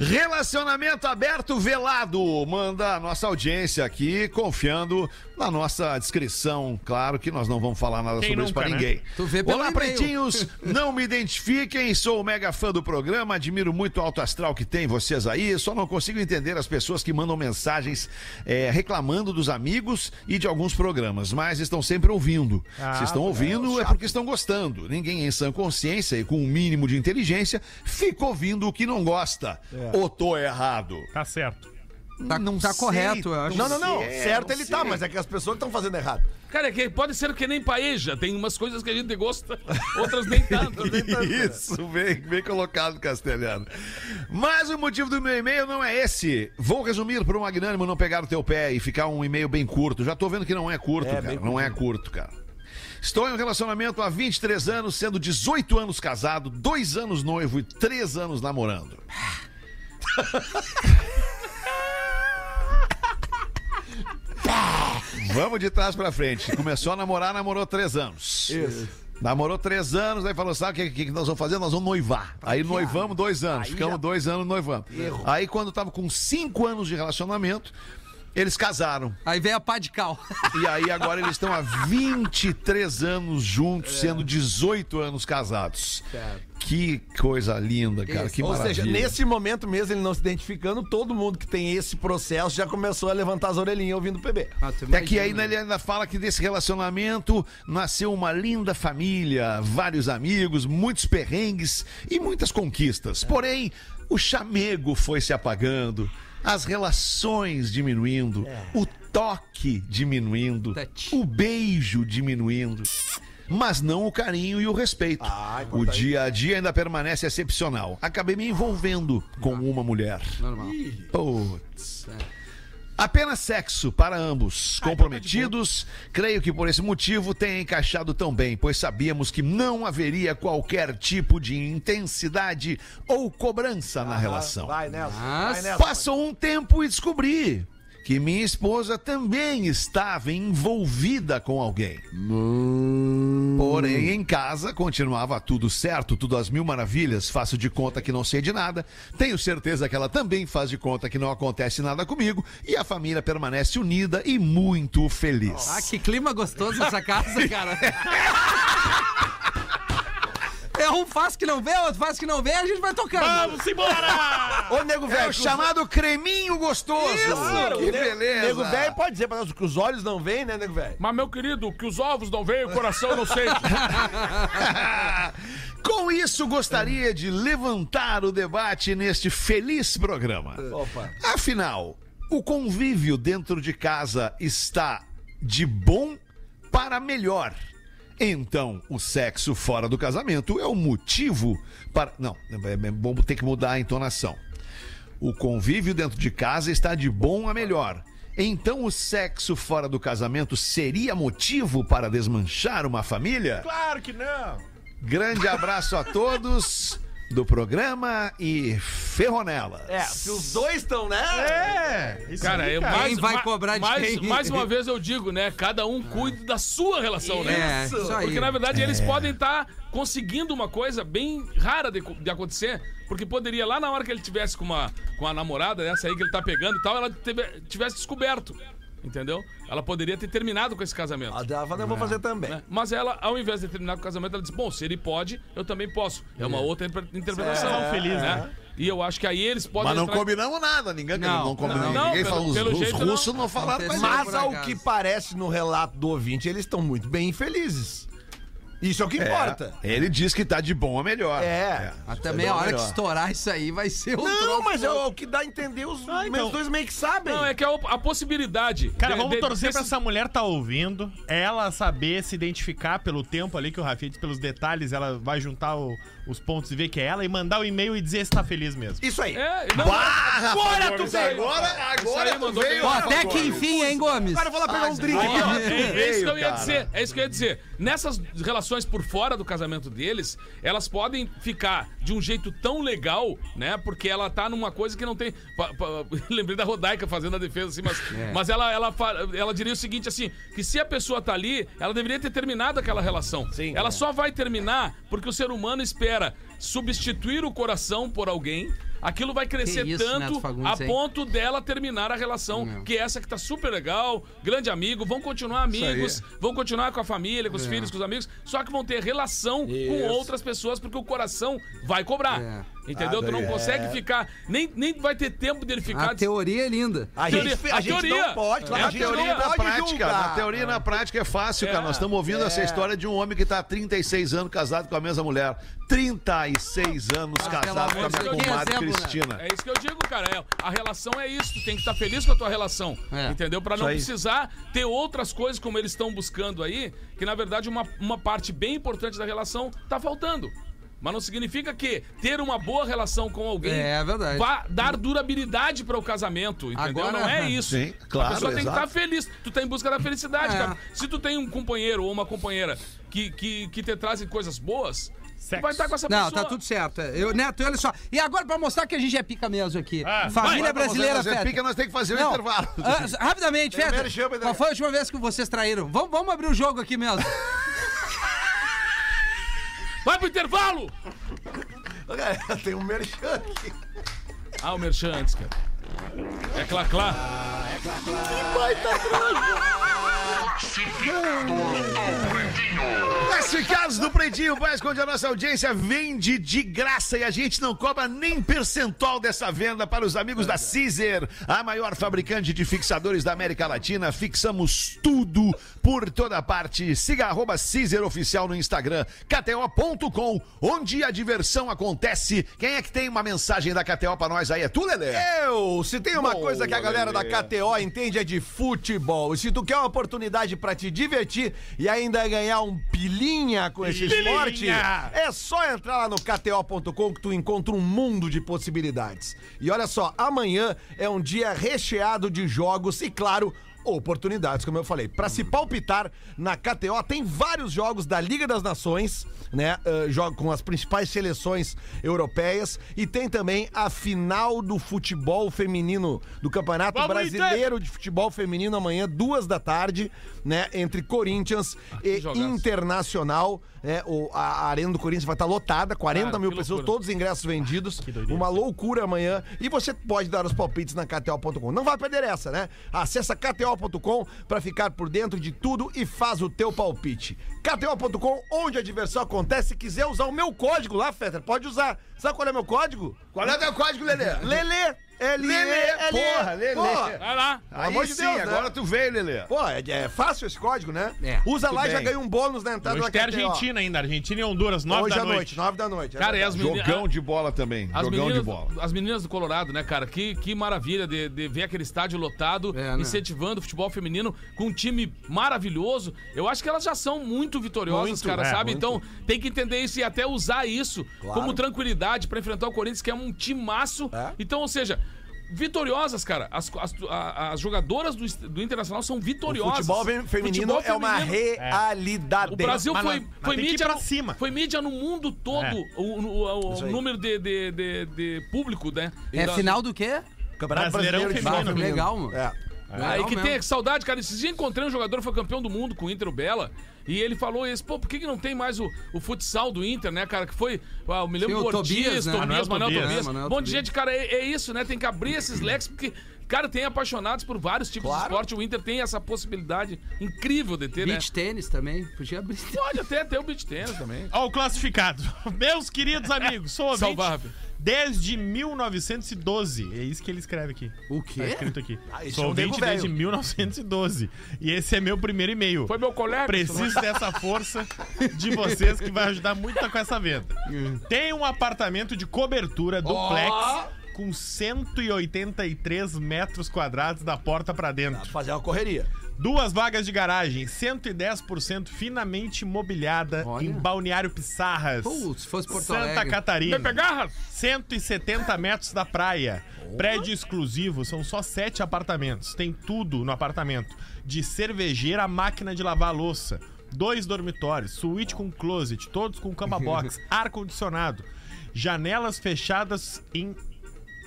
Speaker 1: Relacionamento aberto velado. Manda a nossa audiência aqui, confiando na nossa descrição. Claro que nós não vamos falar nada
Speaker 5: Quem
Speaker 1: sobre isso
Speaker 5: nunca,
Speaker 1: pra
Speaker 5: né?
Speaker 1: ninguém.
Speaker 6: Tu vê pelo
Speaker 1: Olá,
Speaker 6: e-mail.
Speaker 1: pretinhos. não me identifiquem, sou mega fã do programa, admiro muito o alto astral que tem vocês aí. Só não consigo entender as pessoas que mandam mensagens eh, reclamando dos amigos e de alguns programas, mas estão sempre ouvindo. Se estão ouvindo, é porque estão gostando. Ninguém em sã consciência e com um mínimo de inteligência fica ouvindo o que não gosta. Ou tô errado.
Speaker 5: Tá certo.
Speaker 6: Tá,
Speaker 1: Não
Speaker 6: tá
Speaker 1: sei,
Speaker 6: correto, eu acho.
Speaker 7: Não, não, não.
Speaker 1: É,
Speaker 7: certo
Speaker 1: não
Speaker 7: ele
Speaker 1: sei.
Speaker 7: tá, mas é que as pessoas estão fazendo errado.
Speaker 4: Cara, é que pode ser que nem paeja. Tem umas coisas que a gente gosta, outras nem tanto.
Speaker 1: Isso, bem, bem colocado, Castelhano. Mas o motivo do meu e-mail não é esse. Vou resumir para o Magnânimo não pegar o teu pé e ficar um e-mail bem curto. Já tô vendo que não é curto, cara. Não é curto, cara. Estou em um relacionamento há 23 anos, sendo 18 anos casado, 2 anos noivo e 3 anos namorando. Vamos de trás pra frente. Começou a namorar, namorou três anos. Isso. Namorou três anos, aí falou: sabe o que, que- que nós vamos fazer? Nós vamos noivar. Aí noivamos dois anos, ficamos dois anos noivando. Aí, quando tava com cinco anos de relacionamento, eles casaram.
Speaker 6: Aí veio a pá de cal.
Speaker 1: E aí agora eles estão há 23 anos juntos, sendo 18 anos casados. Que coisa linda, cara. Que
Speaker 7: Ou
Speaker 1: maravilha.
Speaker 7: seja, nesse momento mesmo, ele não se identificando, todo mundo que tem esse processo já começou a levantar as orelhinhas ouvindo o PB.
Speaker 1: Até que aí né, ele ainda fala que desse relacionamento nasceu uma linda família, vários amigos, muitos perrengues e muitas
Speaker 6: É.
Speaker 1: conquistas. Porém, o chamego foi se apagando, as relações diminuindo, o toque diminuindo,
Speaker 6: É. Touch.
Speaker 1: o beijo diminuindo. Mas não o carinho e o respeito.
Speaker 6: Ah, é
Speaker 1: o dia a dia ainda permanece excepcional. Acabei me envolvendo com uma mulher.
Speaker 6: Normal.
Speaker 1: Putz. Apenas sexo para
Speaker 7: Ah,
Speaker 1: ambos
Speaker 7: então tá
Speaker 1: comprometidos. Creio que por esse motivo tenha encaixado tão bem, pois sabíamos que não haveria qualquer tipo de intensidade ou cobrança na relação.
Speaker 7: Vai nessa.
Speaker 6: Mas-
Speaker 7: Vai nessa.
Speaker 1: Passou um tempo e descobri que minha esposa também estava envolvida com alguém. Porém, em casa continuava tudo certo, tudo às mil maravilhas. Faço de conta que não sei de nada. Tenho certeza que ela também faz de conta que não acontece nada comigo. E a família permanece unida e muito feliz.
Speaker 6: Ah, que clima gostoso essa casa, cara. É um faz que não vê, outro faz que não vê, a gente vai tocando.
Speaker 5: Vamos embora!
Speaker 7: Ô, nego
Speaker 3: É
Speaker 7: velho.
Speaker 3: o chamado creminho gostoso.
Speaker 7: Isso,
Speaker 3: que
Speaker 7: o nego-
Speaker 3: beleza.
Speaker 7: Nego velho pode dizer pra nós que os olhos não veem, né, nego velho?
Speaker 4: Mas, meu querido, que os ovos não veem, o coração
Speaker 6: <laughs>
Speaker 4: não sente.
Speaker 3: <laughs> Com isso, gostaria de levantar o debate neste feliz programa.
Speaker 7: Opa.
Speaker 3: Afinal, o convívio dentro de casa está de bom para melhor. Então, o sexo fora do casamento é o motivo para. Não, é é bom ter que mudar a entonação. O convívio dentro de casa está de bom a melhor. Então, o sexo fora do casamento seria motivo para desmanchar uma família?
Speaker 5: Claro que não!
Speaker 3: Grande abraço a todos do programa e Ferronela.
Speaker 7: É, se os dois estão, né?
Speaker 5: É! Isso
Speaker 4: Cara,
Speaker 5: aí,
Speaker 4: eu
Speaker 5: cara.
Speaker 4: mais,
Speaker 6: vai
Speaker 4: ma-
Speaker 6: cobrar de
Speaker 4: mais,
Speaker 6: quem?
Speaker 4: mais uma vez eu digo, né? Cada um cuida da sua relação, né?
Speaker 6: É, isso aí.
Speaker 4: Porque na verdade eles
Speaker 5: É.
Speaker 4: podem estar conseguindo uma coisa bem rara de, co- de acontecer. Porque poderia, lá na hora que ele tivesse com uma com a namorada, essa aí que ele tá pegando e tal, ela teve- tivesse descoberto. Entendeu? Ela poderia ter terminado com esse casamento.
Speaker 7: A Dava eu vou fazer também.
Speaker 4: né? Mas ela, ao invés de terminar com o casamento, ela disse: Bom, se ele pode, eu também posso. É uma outra inter- interpretação.
Speaker 5: É, feliz, né?
Speaker 4: E eu acho que aí eles podem.
Speaker 1: Mas não
Speaker 4: entrar-
Speaker 1: combinamos nada, ninguém
Speaker 6: Não,
Speaker 1: não, combinamos.
Speaker 4: não,
Speaker 1: ninguém
Speaker 4: pelo-
Speaker 1: falou, os,
Speaker 4: pelo
Speaker 1: os
Speaker 4: jeito não.
Speaker 1: russos não, falaram
Speaker 6: Não
Speaker 1: mais
Speaker 6: fez
Speaker 1: nada.
Speaker 7: Mas ao que parece no relato do ouvinte, eles estão muito bem felizes. Isso é o que importa.
Speaker 3: Ele diz que tá de bom a melhor.
Speaker 7: É.
Speaker 6: Mas também a hora que estourar isso aí vai <laughs> ser um
Speaker 7: Não,
Speaker 6: troço.
Speaker 7: mas é o que dá a entender, os
Speaker 5: Ah, então.
Speaker 7: meus dois meio que sabem.
Speaker 4: Não, é que a, op- a possibilidade.
Speaker 5: Cara,
Speaker 4: de-
Speaker 5: vamos
Speaker 4: de-
Speaker 5: torcer pra
Speaker 4: desse-
Speaker 5: essa mulher tá ouvindo, ela saber se identificar pelo tempo ali que o Rafinha disse, pelos detalhes, ela vai juntar o- os pontos e ver que é ela e mandar o e-mail e dizer se tá feliz mesmo.
Speaker 7: Isso aí.
Speaker 4: É, não,
Speaker 7: Agora tu
Speaker 4: isso aí.
Speaker 7: veio!
Speaker 4: agora aí mandou bem.
Speaker 6: Ó, até que enfim, hein, Gomes?
Speaker 7: Agora eu vou lá pegar um drink
Speaker 6: <laughs>
Speaker 4: Aí, ó,
Speaker 7: aqui.
Speaker 4: é, é isso que eu ia
Speaker 3: cara.
Speaker 4: dizer. É isso que eu ia dizer. Nessas relações por fora do casamento deles, elas podem ficar de um jeito tão legal, né? Porque ela tá numa coisa que não tem. pa- pa- <laughs> Lembrei da Rodaica fazendo a defesa, assim, mas,
Speaker 6: É.
Speaker 4: mas ela, ela, fa- ela diria o seguinte, assim, que se a pessoa tá ali, ela deveria ter terminado aquela relação. ela
Speaker 6: é.
Speaker 4: só vai terminar porque o ser humano espera substituir o coração por alguém. Aquilo vai crescer
Speaker 6: isso,
Speaker 4: tanto
Speaker 6: Neto Fagundes,
Speaker 4: a
Speaker 6: hein?
Speaker 4: ponto dela terminar a relação, que é essa que tá super legal, grande amigo, vão continuar amigos, vão continuar com a família, com os filhos, com os amigos, só que vão ter relação com outras pessoas, porque o coração vai cobrar.
Speaker 6: É.
Speaker 4: Entendeu? tu não consegue ficar, nem, nem vai ter tempo dele ficar.
Speaker 6: A teoria é linda.
Speaker 7: A gente,
Speaker 4: A
Speaker 7: a gente
Speaker 4: teoria.
Speaker 7: não pode, claro,
Speaker 4: É
Speaker 7: a gente
Speaker 4: teoria
Speaker 7: não
Speaker 4: da
Speaker 3: Na
Speaker 7: pode
Speaker 3: prática,
Speaker 7: julgar.
Speaker 3: na teoria e na prática é fácil,
Speaker 4: É.
Speaker 3: cara. Nós estamos ouvindo essa história de um homem que tá há 36 anos casado com a mesma mulher. 36 anos casado com
Speaker 6: amor
Speaker 3: a minha
Speaker 6: de Deus, que
Speaker 3: comadre
Speaker 6: exemplo, né?
Speaker 3: Cristina.
Speaker 4: É isso que eu digo, cara. é, a relação é isso. Tu tem que estar feliz com a tua relação.
Speaker 6: É.
Speaker 4: Entendeu? Pra não
Speaker 3: Isso aí.
Speaker 4: precisar ter outras coisas como eles estão buscando aí, que na verdade uma, uma parte bem importante da relação tá faltando. Mas não significa que ter uma boa relação com alguém
Speaker 6: É verdade.
Speaker 4: vá dar durabilidade para o casamento, entendeu?
Speaker 6: Agora-
Speaker 4: não é isso.
Speaker 3: Sim, claro,
Speaker 4: A pessoa tem que
Speaker 3: exato.
Speaker 4: estar feliz. Tu tá em busca da felicidade,
Speaker 6: É.
Speaker 4: cara. Se tu tem um companheiro ou uma companheira que, que, que te trazem coisas boas, tu
Speaker 5: Sexo.
Speaker 4: vai estar com essa
Speaker 6: Não,
Speaker 4: pessoa.
Speaker 6: tá tudo certo. Eu, Neto, olha só. E agora, pra mostrar que a gente é pica mesmo aqui.
Speaker 5: Ah,
Speaker 6: Família
Speaker 3: Vai, pra
Speaker 6: brasileira,
Speaker 3: você fazer
Speaker 6: Feta.
Speaker 3: pica, nós temos que fazer o
Speaker 6: é Não.
Speaker 3: intervalo.
Speaker 6: Ah, rapidamente, Feta.
Speaker 7: merchan pra entregar.
Speaker 6: Qual foi a última vez que vocês traíram? Vamos, vamos abrir o jogo aqui mesmo.
Speaker 4: Vai pro intervalo!
Speaker 7: Cara, Tem um merchan aqui.
Speaker 4: Ah, o Merchan antes, cara. É clá-clá.
Speaker 3: Classificados do Pretinho Básico, onde a nossa audiência vende de graça e a gente não cobra nem percentual dessa venda para os amigos da Caesar, a maior fabricante de fixadores da América Latina. Fixamos tudo por toda parte. Siga arroba Caesar Oficial no Instagram, KTO.com, onde a diversão acontece. Quem é que tem uma mensagem da KTO para nós aí? É tu, Lelê?
Speaker 7: Eu, se tem uma coisa que a galera da KTO entende é de futebol. E se tu quer uma oportunidade pra te divertir e ainda ganhar um pilinha com esse
Speaker 5: Pilinha!
Speaker 7: esporte, é só entrar lá no kto.com que tu encontra um mundo de possibilidades. E olha só, amanhã é um dia recheado de jogos e claro, oportunidades, como eu falei. Pra se palpitar na KTO, tem vários jogos da Liga das Nações, né? Ah, jogo com as principais seleções europeias e tem também a final do futebol feminino do Campeonato
Speaker 5: Vamos,
Speaker 7: Brasileiro de Futebol Feminino amanhã, duas da tarde, né? Entre Corinthians e
Speaker 4: Ah, jogaço.
Speaker 7: Internacional. Né, o, a Arena do Corinthians vai estar lotada, 40
Speaker 4: Cara,
Speaker 7: mil
Speaker 4: que
Speaker 7: pessoas,
Speaker 4: loucura.
Speaker 7: todos os ingressos vendidos. Uma loucura amanhã. E você pode dar os palpites na KTO.com. Não vai perder essa, né? Acessa KTO.com KTO.com para ficar por dentro de tudo e faz o teu palpite. KTO.com, onde a diversão acontece. Se quiser usar o meu código lá, Fetter, pode usar. Sabe qual é meu código?
Speaker 3: Qual é o teu código, Lelê?
Speaker 7: Lelê! L
Speaker 3: Lelê, porra, Lelê.
Speaker 4: Vai lá.
Speaker 7: Pelo amor
Speaker 3: Aí
Speaker 7: de
Speaker 3: sim,
Speaker 7: Deus, né?
Speaker 3: agora tu veio, Lelê.
Speaker 7: Pô, é, é fácil esse código, né?
Speaker 6: É.
Speaker 7: Usa lá
Speaker 5: Muito
Speaker 7: e já
Speaker 5: bem.
Speaker 7: ganha um bônus na entrada
Speaker 5: Hoje
Speaker 7: da
Speaker 5: tem
Speaker 7: KTO.
Speaker 5: Argentina ainda, Argentina e Honduras, 9
Speaker 7: Hoje
Speaker 5: da
Speaker 7: à noite,
Speaker 5: noite.
Speaker 7: 9 da noite. é
Speaker 4: Cara, e
Speaker 7: verdade.
Speaker 4: as meninas.
Speaker 3: Jogão de bola também.
Speaker 4: As
Speaker 3: Jogão
Speaker 4: meninas,
Speaker 3: de bola.
Speaker 4: as meninas do Colorado, né, cara? Que, que maravilha de, de ver aquele estádio lotado,
Speaker 6: É, né?
Speaker 4: incentivando o futebol feminino com um time maravilhoso. Eu acho que elas já são muito vitoriosas,
Speaker 5: Muito,
Speaker 4: cara,
Speaker 5: é,
Speaker 4: sabe?
Speaker 5: muito.
Speaker 4: Então tem que entender isso e até usar isso como tranquilidade pra enfrentar o Corinthians, que é um timaço. Então, ou seja. Vitoriosas, cara. As, as, a- as jogadoras do, est- do Internacional são
Speaker 7: O
Speaker 4: vitoriosas.
Speaker 7: futebol fem- feminino
Speaker 4: Futebol
Speaker 7: é uma
Speaker 4: feminino- É.
Speaker 7: realidade.
Speaker 4: o Brasil
Speaker 5: Mas
Speaker 4: foi,
Speaker 5: nós- nós tem
Speaker 4: foi
Speaker 5: que ir
Speaker 4: mídia
Speaker 5: pra
Speaker 4: no,
Speaker 5: cima.
Speaker 4: foi mídia no mundo todo
Speaker 5: É.
Speaker 4: o, o- o- o
Speaker 7: Isso aí.
Speaker 4: número de, de- de- de público, né?
Speaker 6: É
Speaker 4: Da-
Speaker 6: final do quê?
Speaker 7: Campeonato
Speaker 5: Brasileirão
Speaker 7: Brasileiro de
Speaker 5: feminino.
Speaker 7: Futebol.
Speaker 6: Legal, mano.
Speaker 7: É.
Speaker 4: Aí
Speaker 6: Legal
Speaker 4: que tem
Speaker 6: mesmo.
Speaker 4: que saudade, cara. Esses dias encontrei um jogador que foi campeão do mundo com o Inter o Bela. E ele falou esse, pô, por que, que não tem mais o, o futsal do Inter, né, cara? Que foi. ah, eu me lembro
Speaker 6: Sim,
Speaker 4: do
Speaker 6: o
Speaker 4: Ortiz, Tobias,
Speaker 6: Tobias, né?
Speaker 4: Manuel,
Speaker 5: Manuel
Speaker 4: Tobias.
Speaker 5: Tobias.
Speaker 6: É, Manuel
Speaker 4: um monte de
Speaker 6: Tobias.
Speaker 4: gente, cara, é, é isso, né? Tem que abrir esses leques, porque, cara, tem apaixonados por vários tipos de esporte. O Inter tem essa possibilidade incrível de ter, né?
Speaker 6: Beach tênis também. Podia abrir.
Speaker 4: Pode até ter o beat tênis também.
Speaker 5: Ó, o classificado. <laughs> Meus queridos amigos, sou ouvinte
Speaker 4: Salvar.
Speaker 5: desde 1912. É isso que ele escreve aqui.
Speaker 6: O
Speaker 5: Tá
Speaker 6: quê?
Speaker 5: escrito aqui.
Speaker 7: esse é
Speaker 5: Sou
Speaker 7: um nego
Speaker 5: ouvinte desde
Speaker 7: velho.
Speaker 5: 1912. E esse é meu primeiro e-mail.
Speaker 4: Foi meu colega.
Speaker 5: Preciso dessa força de vocês que vai ajudar muito com essa venda.
Speaker 7: Hum.
Speaker 5: Tem um apartamento de cobertura duplex com 183 metros quadrados da porta pra dentro.
Speaker 7: Fazer uma correria.
Speaker 5: Duas vagas de garagem, 110% finamente mobiliada
Speaker 6: Olha.
Speaker 5: em Balneário Pissarras.
Speaker 6: Pô, se fosse Porto
Speaker 5: Santa
Speaker 6: Alegre.
Speaker 5: Catarina.
Speaker 4: Vai pegar?
Speaker 5: 170 metros da praia. Prédio exclusivo, são só sete apartamentos. Tem tudo no apartamento: de cervejeira a máquina de lavar a louça. Dois dormitórios, suíte com closet, todos com cama
Speaker 6: <laughs>
Speaker 5: box, ar-condicionado, janelas fechadas em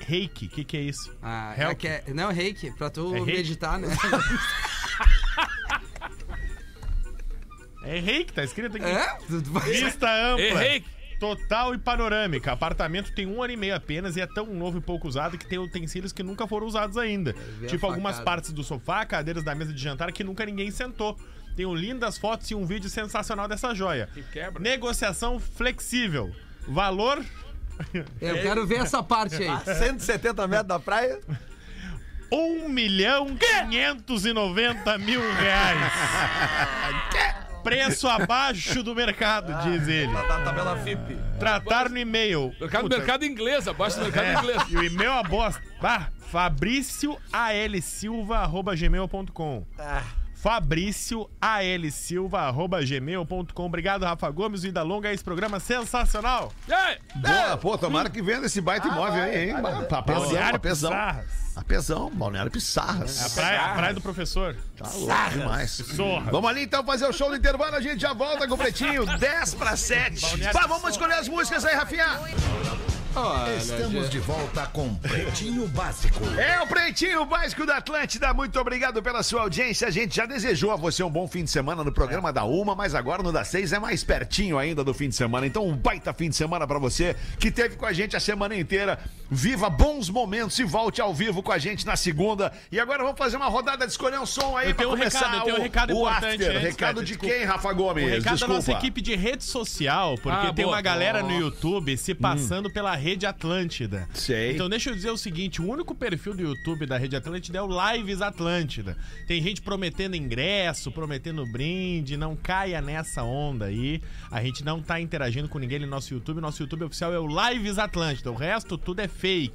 Speaker 5: reiki. O que, que é isso?
Speaker 6: Ah, é
Speaker 5: Help.
Speaker 6: que é- não, reiki, pra tu
Speaker 5: É reiki?
Speaker 6: meditar, né?
Speaker 5: É reiki, tá escrito aqui.
Speaker 6: é? Tu- tu vai-
Speaker 5: Vista ampla.
Speaker 4: Errei.
Speaker 5: Total e panorâmica. Apartamento tem um ano e meio apenas e é tão novo e pouco usado que tem utensílios que nunca foram usados ainda.
Speaker 6: ver a
Speaker 5: Tipo algumas
Speaker 6: facada.
Speaker 5: partes do sofá, cadeiras da mesa de jantar que nunca ninguém sentou. Tenho lindas fotos e um vídeo sensacional dessa joia.
Speaker 4: quebra.
Speaker 5: Negociação flexível. Valor
Speaker 6: Eu quero ver essa parte aí.
Speaker 7: 170 metros da praia.
Speaker 5: 1 milhão 590 mil
Speaker 4: <laughs>
Speaker 5: reais. Preço abaixo do mercado, diz ele.
Speaker 4: Ah,
Speaker 7: Da tá, tabela FIP.
Speaker 5: Tratar no e-mail.
Speaker 4: Mercado,
Speaker 5: Puta,
Speaker 4: mercado inglês, abaixo do mercado inglês.
Speaker 3: <laughs>
Speaker 5: É, e o e-mail é uma bosta. Ah, fabricioalsilva.gmail.com fabricioalsilva.gmail.com Obrigado, Rafa Gomes, Vida Longa, é esse programa sensacional.
Speaker 4: Ei,
Speaker 3: Boa, pô, tomara que venda esse baita imóvel aí, hein? Tá pesão, tá pesão. É
Speaker 5: Pissarras.
Speaker 3: Tá pesão, Balneário Pissarras.
Speaker 5: Praia, praia do professor.
Speaker 3: Tá louco demais.
Speaker 5: Zorra.
Speaker 3: Vamos ali então fazer o show do intervalo, a gente já volta com o Pretinho, 10 para 7. Pá, vamos escolher as músicas aí, Rafinha.
Speaker 1: Estamos de volta com Pretinho Básico.
Speaker 3: É o Pretinho Básico da Atlântida. Muito obrigado pela sua audiência. A gente já desejou a você um bom fim de semana no
Speaker 5: É.
Speaker 3: programa da Uma, mas agora no da Seis é mais pertinho ainda do fim de semana. Então, um baita fim de semana pra você que teve com a gente a semana inteira. Viva bons momentos e volte ao vivo com a gente na segunda. E agora vamos fazer uma rodada de escolher um som aí
Speaker 5: Eu
Speaker 3: pra
Speaker 5: tenho um
Speaker 3: começar
Speaker 5: recado, eu tenho um
Speaker 3: o-
Speaker 5: recado
Speaker 3: o
Speaker 5: importante
Speaker 3: after.
Speaker 5: antes,
Speaker 3: recado
Speaker 5: Fetter,
Speaker 3: de
Speaker 5: desculpa.
Speaker 3: quem, Rafa Gomes?
Speaker 5: O recado da
Speaker 3: Desculpa.
Speaker 5: nossa equipe de rede social, porque
Speaker 4: Ah,
Speaker 5: tem
Speaker 4: boa.
Speaker 5: uma galera no YouTube se passando pela Rede Atlântida.
Speaker 3: Hum. Sei.
Speaker 5: Então deixa eu dizer o seguinte, o único perfil do YouTube da Rede Atlântida é o Lives Atlântida. Tem gente prometendo ingresso, prometendo brinde, não caia nessa onda aí. A gente não tá interagindo com ninguém no nosso YouTube, nosso YouTube oficial é o Lives Atlântida. O resto tudo é fake.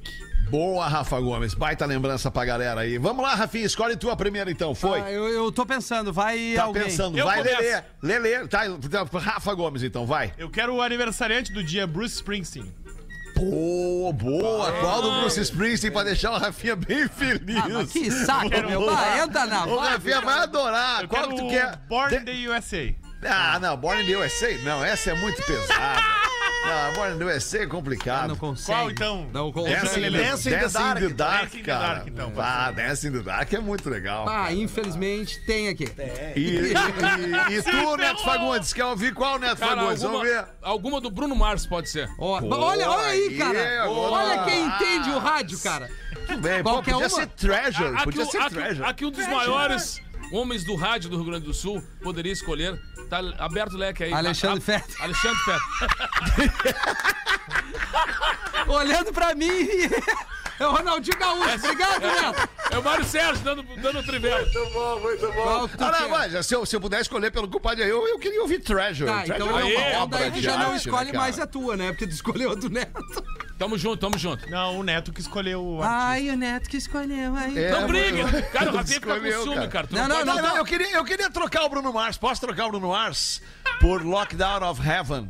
Speaker 3: Boa, Rafa Gomes. Baita lembrança pra galera aí. Vamos lá, Rafinha, escolhe tua primeira então. Foi.
Speaker 6: Ah, eu, eu tô pensando, vai
Speaker 3: Tá
Speaker 6: alguém.
Speaker 3: pensando,
Speaker 5: Eu
Speaker 3: vai,
Speaker 5: começo.
Speaker 3: Lelê. Lelê, tá, tá, Rafa Gomes, então, vai.
Speaker 5: Eu quero o aniversariante do dia, Bruce Springsteen.
Speaker 3: Pô, boa. Qual do Bruce Springsteen pra deixar o Rafinha bem feliz?
Speaker 6: Ah, mas que saco,
Speaker 5: Quero
Speaker 6: meu. é
Speaker 5: rolar.
Speaker 6: Bah, entra na
Speaker 3: O
Speaker 6: vibe.
Speaker 3: Rafinha vai adorar.
Speaker 5: Eu
Speaker 3: Qual
Speaker 5: quero
Speaker 3: que tu
Speaker 5: o
Speaker 3: quer?
Speaker 5: Born
Speaker 3: De-
Speaker 5: the USA.
Speaker 3: Ah, não, Born in the USA. Não, essa é muito pesada. Não, Born in the USA é complicado.
Speaker 6: Não consegue.
Speaker 5: Qual, então?
Speaker 6: Não consegue.
Speaker 3: Dance in,
Speaker 5: Lelê.
Speaker 3: Dance in the Dark,
Speaker 5: Dance in the
Speaker 3: cara.
Speaker 5: Dark, então.
Speaker 3: Ah, Dance in the Dark é muito legal.
Speaker 6: Ah, infelizmente tem aqui.
Speaker 3: E, e, e tu,
Speaker 5: ferrou.
Speaker 3: Neto Fagundes, quer ouvir qual, Neto
Speaker 4: cara,
Speaker 3: Fagundes? Vamos ver.
Speaker 4: alguma, alguma do Bruno Mars pode ser.
Speaker 6: Ó,
Speaker 3: Pô,
Speaker 6: olha, olha aí,
Speaker 3: aí, é,
Speaker 6: cara.
Speaker 3: agora-
Speaker 6: olha quem entende o rádio, cara.
Speaker 3: Muito bem. Pô,
Speaker 6: Qualquer
Speaker 3: podia
Speaker 6: uma.
Speaker 3: ser Treasure.
Speaker 4: Aqui,
Speaker 3: podia
Speaker 4: o-
Speaker 3: ser né?
Speaker 4: aqui o-
Speaker 3: Treasure.
Speaker 4: aqui um dos maiores
Speaker 3: né?
Speaker 4: homens do rádio do Rio Grande do Sul poderia escolher. Tá aberto o leque aí.
Speaker 6: Alexandre
Speaker 4: A- a-
Speaker 6: Fetter.
Speaker 4: Alexandre Fetter.
Speaker 6: <laughs> Olhando pra mim, <laughs> é o Ronaldinho Gaúcho. Obrigado, Neto.
Speaker 4: É o Mário Sérgio dando, dando trivela.
Speaker 3: Muito bom, muito bom.
Speaker 6: Qual tu
Speaker 3: Ah,
Speaker 6: quer?
Speaker 3: não, mas se eu, se eu puder escolher pelo culpado aí, eu, eu queria ouvir Treasure.
Speaker 6: Tá,
Speaker 3: Treasure
Speaker 6: então
Speaker 3: é
Speaker 4: aí,
Speaker 6: não,
Speaker 3: uma
Speaker 6: então
Speaker 3: obra
Speaker 6: daí tu
Speaker 3: de
Speaker 6: já não
Speaker 3: arte, né,
Speaker 6: escolhe
Speaker 3: cara?
Speaker 6: mais a tua, né? Porque tu escolheu a do Neto.
Speaker 4: Tamo junto, tamo junto.
Speaker 5: Não, o Neto que escolheu o
Speaker 3: Ah,
Speaker 6: Ai, o Neto que escolheu, ai.
Speaker 3: É,
Speaker 4: Não brigue.
Speaker 3: mas-
Speaker 4: Cara, o Rafinha fica com
Speaker 3: Escolheu,
Speaker 4: ciúme,
Speaker 3: cara.
Speaker 4: cara. Tu
Speaker 6: Não, não,
Speaker 4: pode-
Speaker 3: Não,
Speaker 6: não,
Speaker 3: não, eu queria, eu queria trocar o Bruno Mars. Posso trocar o Bruno Mars por Lockdown of Heaven?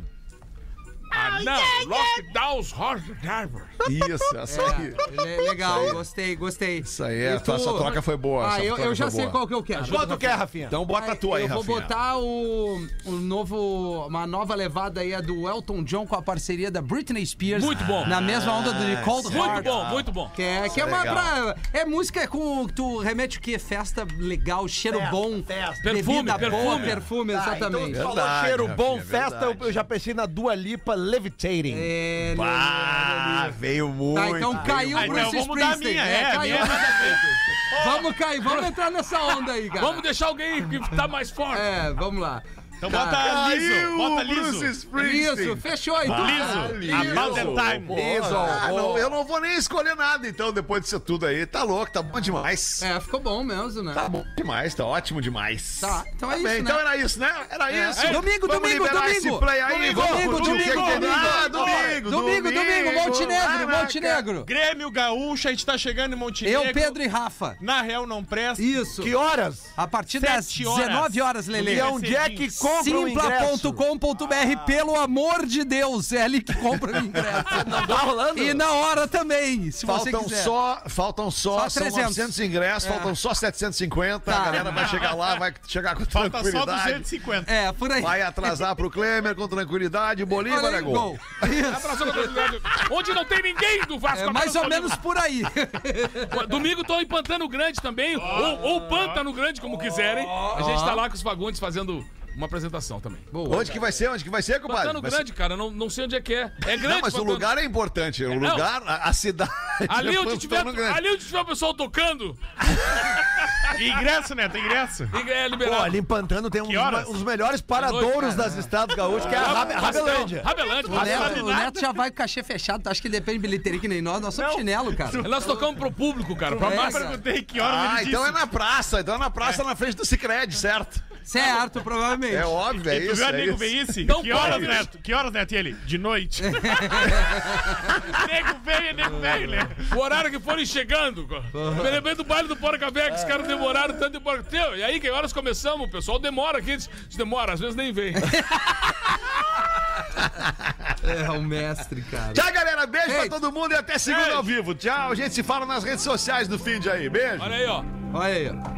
Speaker 4: Ah, não. Lockdown os Roger Garber.
Speaker 3: Isso, essa aí.
Speaker 6: <laughs> É, legal, gostei, gostei.
Speaker 3: Isso aí, é,
Speaker 6: E tu-
Speaker 3: essa troca foi boa.
Speaker 6: Ah,
Speaker 3: essa
Speaker 6: eu,
Speaker 3: troca
Speaker 6: eu já
Speaker 3: foi
Speaker 6: sei
Speaker 3: boa.
Speaker 6: qual que é. eu quero.
Speaker 7: Qual tu quer, Rafinha?
Speaker 3: Então bota a tua aí,
Speaker 6: eu vou
Speaker 3: Rafinha.
Speaker 6: botar o, o novo, uma nova levada aí, a do Elton John com a parceria da Britney Spears.
Speaker 4: Muito bom.
Speaker 6: Na mesma onda do Nicole
Speaker 4: Muito
Speaker 6: Hart.
Speaker 4: bom, muito bom.
Speaker 6: Que é, que é uma pra, É música com. Tu remete o quê? Festa legal, cheiro bom.
Speaker 7: festa.
Speaker 4: Perfume,
Speaker 6: bebida boa,
Speaker 4: perfume.
Speaker 6: perfume,
Speaker 7: Ah, então
Speaker 6: exatamente.
Speaker 7: tu falou
Speaker 3: Verdade,
Speaker 7: cheiro bom,
Speaker 3: Rafinha,
Speaker 7: festa, eu,
Speaker 3: verdade.
Speaker 7: eu já pensei na Dua Lipa Levitating.
Speaker 6: É,
Speaker 3: Ah, veio muito.
Speaker 6: Tá, então caiu
Speaker 5: Ah,
Speaker 6: o
Speaker 5: então
Speaker 6: Bruce
Speaker 5: vamos mudar a
Speaker 6: Springsteen.
Speaker 5: minha, é, a
Speaker 6: caiu.
Speaker 5: minha é
Speaker 6: Vamos cair, vamos entrar nessa onda aí, cara.
Speaker 4: Vamos deixar alguém que tá mais forte.
Speaker 6: É, vamos lá.
Speaker 5: Então bota liso, bota liso.
Speaker 6: Isso, fechou então. aí.
Speaker 5: Liso. About the time.
Speaker 7: Liso.
Speaker 3: Ah, não, eu não vou nem escolher nada, então, depois disso tudo aí. Tá louco, tá bom demais.
Speaker 6: É, ficou bom mesmo, né?
Speaker 3: Tá bom demais, tá ótimo demais.
Speaker 6: Tá, então é
Speaker 3: Tá
Speaker 6: isso, né?
Speaker 3: Então era isso, né? Era isso.
Speaker 6: É, domingo,
Speaker 3: Vamos
Speaker 6: domingo,
Speaker 3: liberar
Speaker 6: domingo.
Speaker 3: Esse play aí,
Speaker 6: Domingo,
Speaker 3: vamos.
Speaker 6: domingo,
Speaker 3: Tudo que
Speaker 6: domingo,
Speaker 3: tem que
Speaker 6: domingo.
Speaker 3: dar. domingo,
Speaker 6: Domingo, domingo, Montenegro,
Speaker 3: Caraca.
Speaker 6: Montenegro.
Speaker 5: Grêmio Gaúcho, a gente tá chegando em Montenegro.
Speaker 6: Eu, Pedro e Rafa.
Speaker 5: Na real não presta.
Speaker 6: Isso.
Speaker 7: Que horas?
Speaker 6: A partir das
Speaker 5: Sete horas.
Speaker 6: 19 horas, Lele.
Speaker 7: E
Speaker 3: um
Speaker 7: onde é que compra o ingresso?
Speaker 6: Simpla.com.br, pelo amor de Deus, é ali que compra o
Speaker 3: <laughs>
Speaker 6: ingresso. Não tá rolando? E na hora também, se você
Speaker 3: Faltam
Speaker 6: quiser.
Speaker 3: só, faltam só,
Speaker 6: Só
Speaker 3: são
Speaker 6: 300.
Speaker 3: 900 ingressos, faltam só 750.
Speaker 6: Tá.
Speaker 3: A galera vai chegar lá, vai chegar com
Speaker 5: Falta só
Speaker 3: tranquilidade.
Speaker 5: 250.
Speaker 6: É, por aí.
Speaker 3: Vai atrasar pro Klemer com tranquilidade. Bolívar
Speaker 6: Olha
Speaker 3: é
Speaker 6: aí,
Speaker 3: gol.
Speaker 6: gol. Isso.
Speaker 4: Abraçou com a tranquilidade. Onde não tem ninguém do Vasco.
Speaker 6: É
Speaker 4: apenas
Speaker 6: mais ou
Speaker 4: Flamengo.
Speaker 6: menos por <laughs> aí.
Speaker 4: Domingo tô em Pantano Grande também,
Speaker 3: Ah.
Speaker 4: ou, ou Pantano Grande, como quiserem. A gente tá lá com os Fagundes fazendo uma apresentação também.
Speaker 3: Onde que vai ser? Onde que vai ser, compadre?
Speaker 4: Pantano
Speaker 3: Vai ser-
Speaker 4: Grande, cara, não, não sei onde é que é. É grande,
Speaker 3: Não, mas o
Speaker 4: Pantano.
Speaker 3: lugar é importante. O
Speaker 4: não.
Speaker 3: lugar, a, a cidade. <laughs>
Speaker 4: Ali
Speaker 3: é
Speaker 4: onde, tiver,
Speaker 3: Pantano Grande.
Speaker 4: ali onde tiver o pessoal tocando,
Speaker 5: Ingresso, Neto, ingresso.
Speaker 4: é
Speaker 7: Pô,
Speaker 4: liberado.
Speaker 7: ali em Pantano tem um dos,
Speaker 5: horas?
Speaker 7: me- um dos melhores paradouros
Speaker 4: cara.
Speaker 7: das estradas gaúchas, que é a Rab- Rabelândia.
Speaker 4: Rabelândia.
Speaker 6: O Neto,
Speaker 4: Rabelândia.
Speaker 6: o Neto já vai com cachê fechado, tu acha que ele depende de bilheteria que nem nós? Nós somos chinelo, cara.
Speaker 4: Nós tocamos pro público, cara, pra
Speaker 6: É,
Speaker 4: massa.
Speaker 6: cara.
Speaker 5: Perguntei que hora
Speaker 3: Ah,
Speaker 5: ele
Speaker 3: então é
Speaker 5: disse.
Speaker 3: na praça. Então é na praça, na frente do Cicred, certo?
Speaker 6: Certo, provavelmente.
Speaker 3: É óbvio, é
Speaker 5: Tu
Speaker 3: isso.
Speaker 5: viu,
Speaker 3: É
Speaker 5: amigo,
Speaker 3: isso.
Speaker 5: veíce?
Speaker 4: Então
Speaker 5: Que horas,
Speaker 4: pode.
Speaker 5: Neto? Que horas, Neto? E ele? De noite. nego veio, nego veio, né?
Speaker 4: O horário que forem chegando. cara. Eu me lembrei do baile do Porca Velha, que os caras demoraram tanto. Porca... Teu, E aí, que horas começamos? O pessoal demora aqui. diz- diz, Demora, às vezes nem vem.
Speaker 6: É o mestre, cara.
Speaker 3: Tchau, galera. Beijo
Speaker 6: Ei.
Speaker 3: pra todo mundo e até segunda
Speaker 4: Ei.
Speaker 3: ao vivo. Tchau. A gente se fala nas redes sociais do feed aí. Beijo.
Speaker 4: Olha aí, ó.
Speaker 6: Olha aí. ó.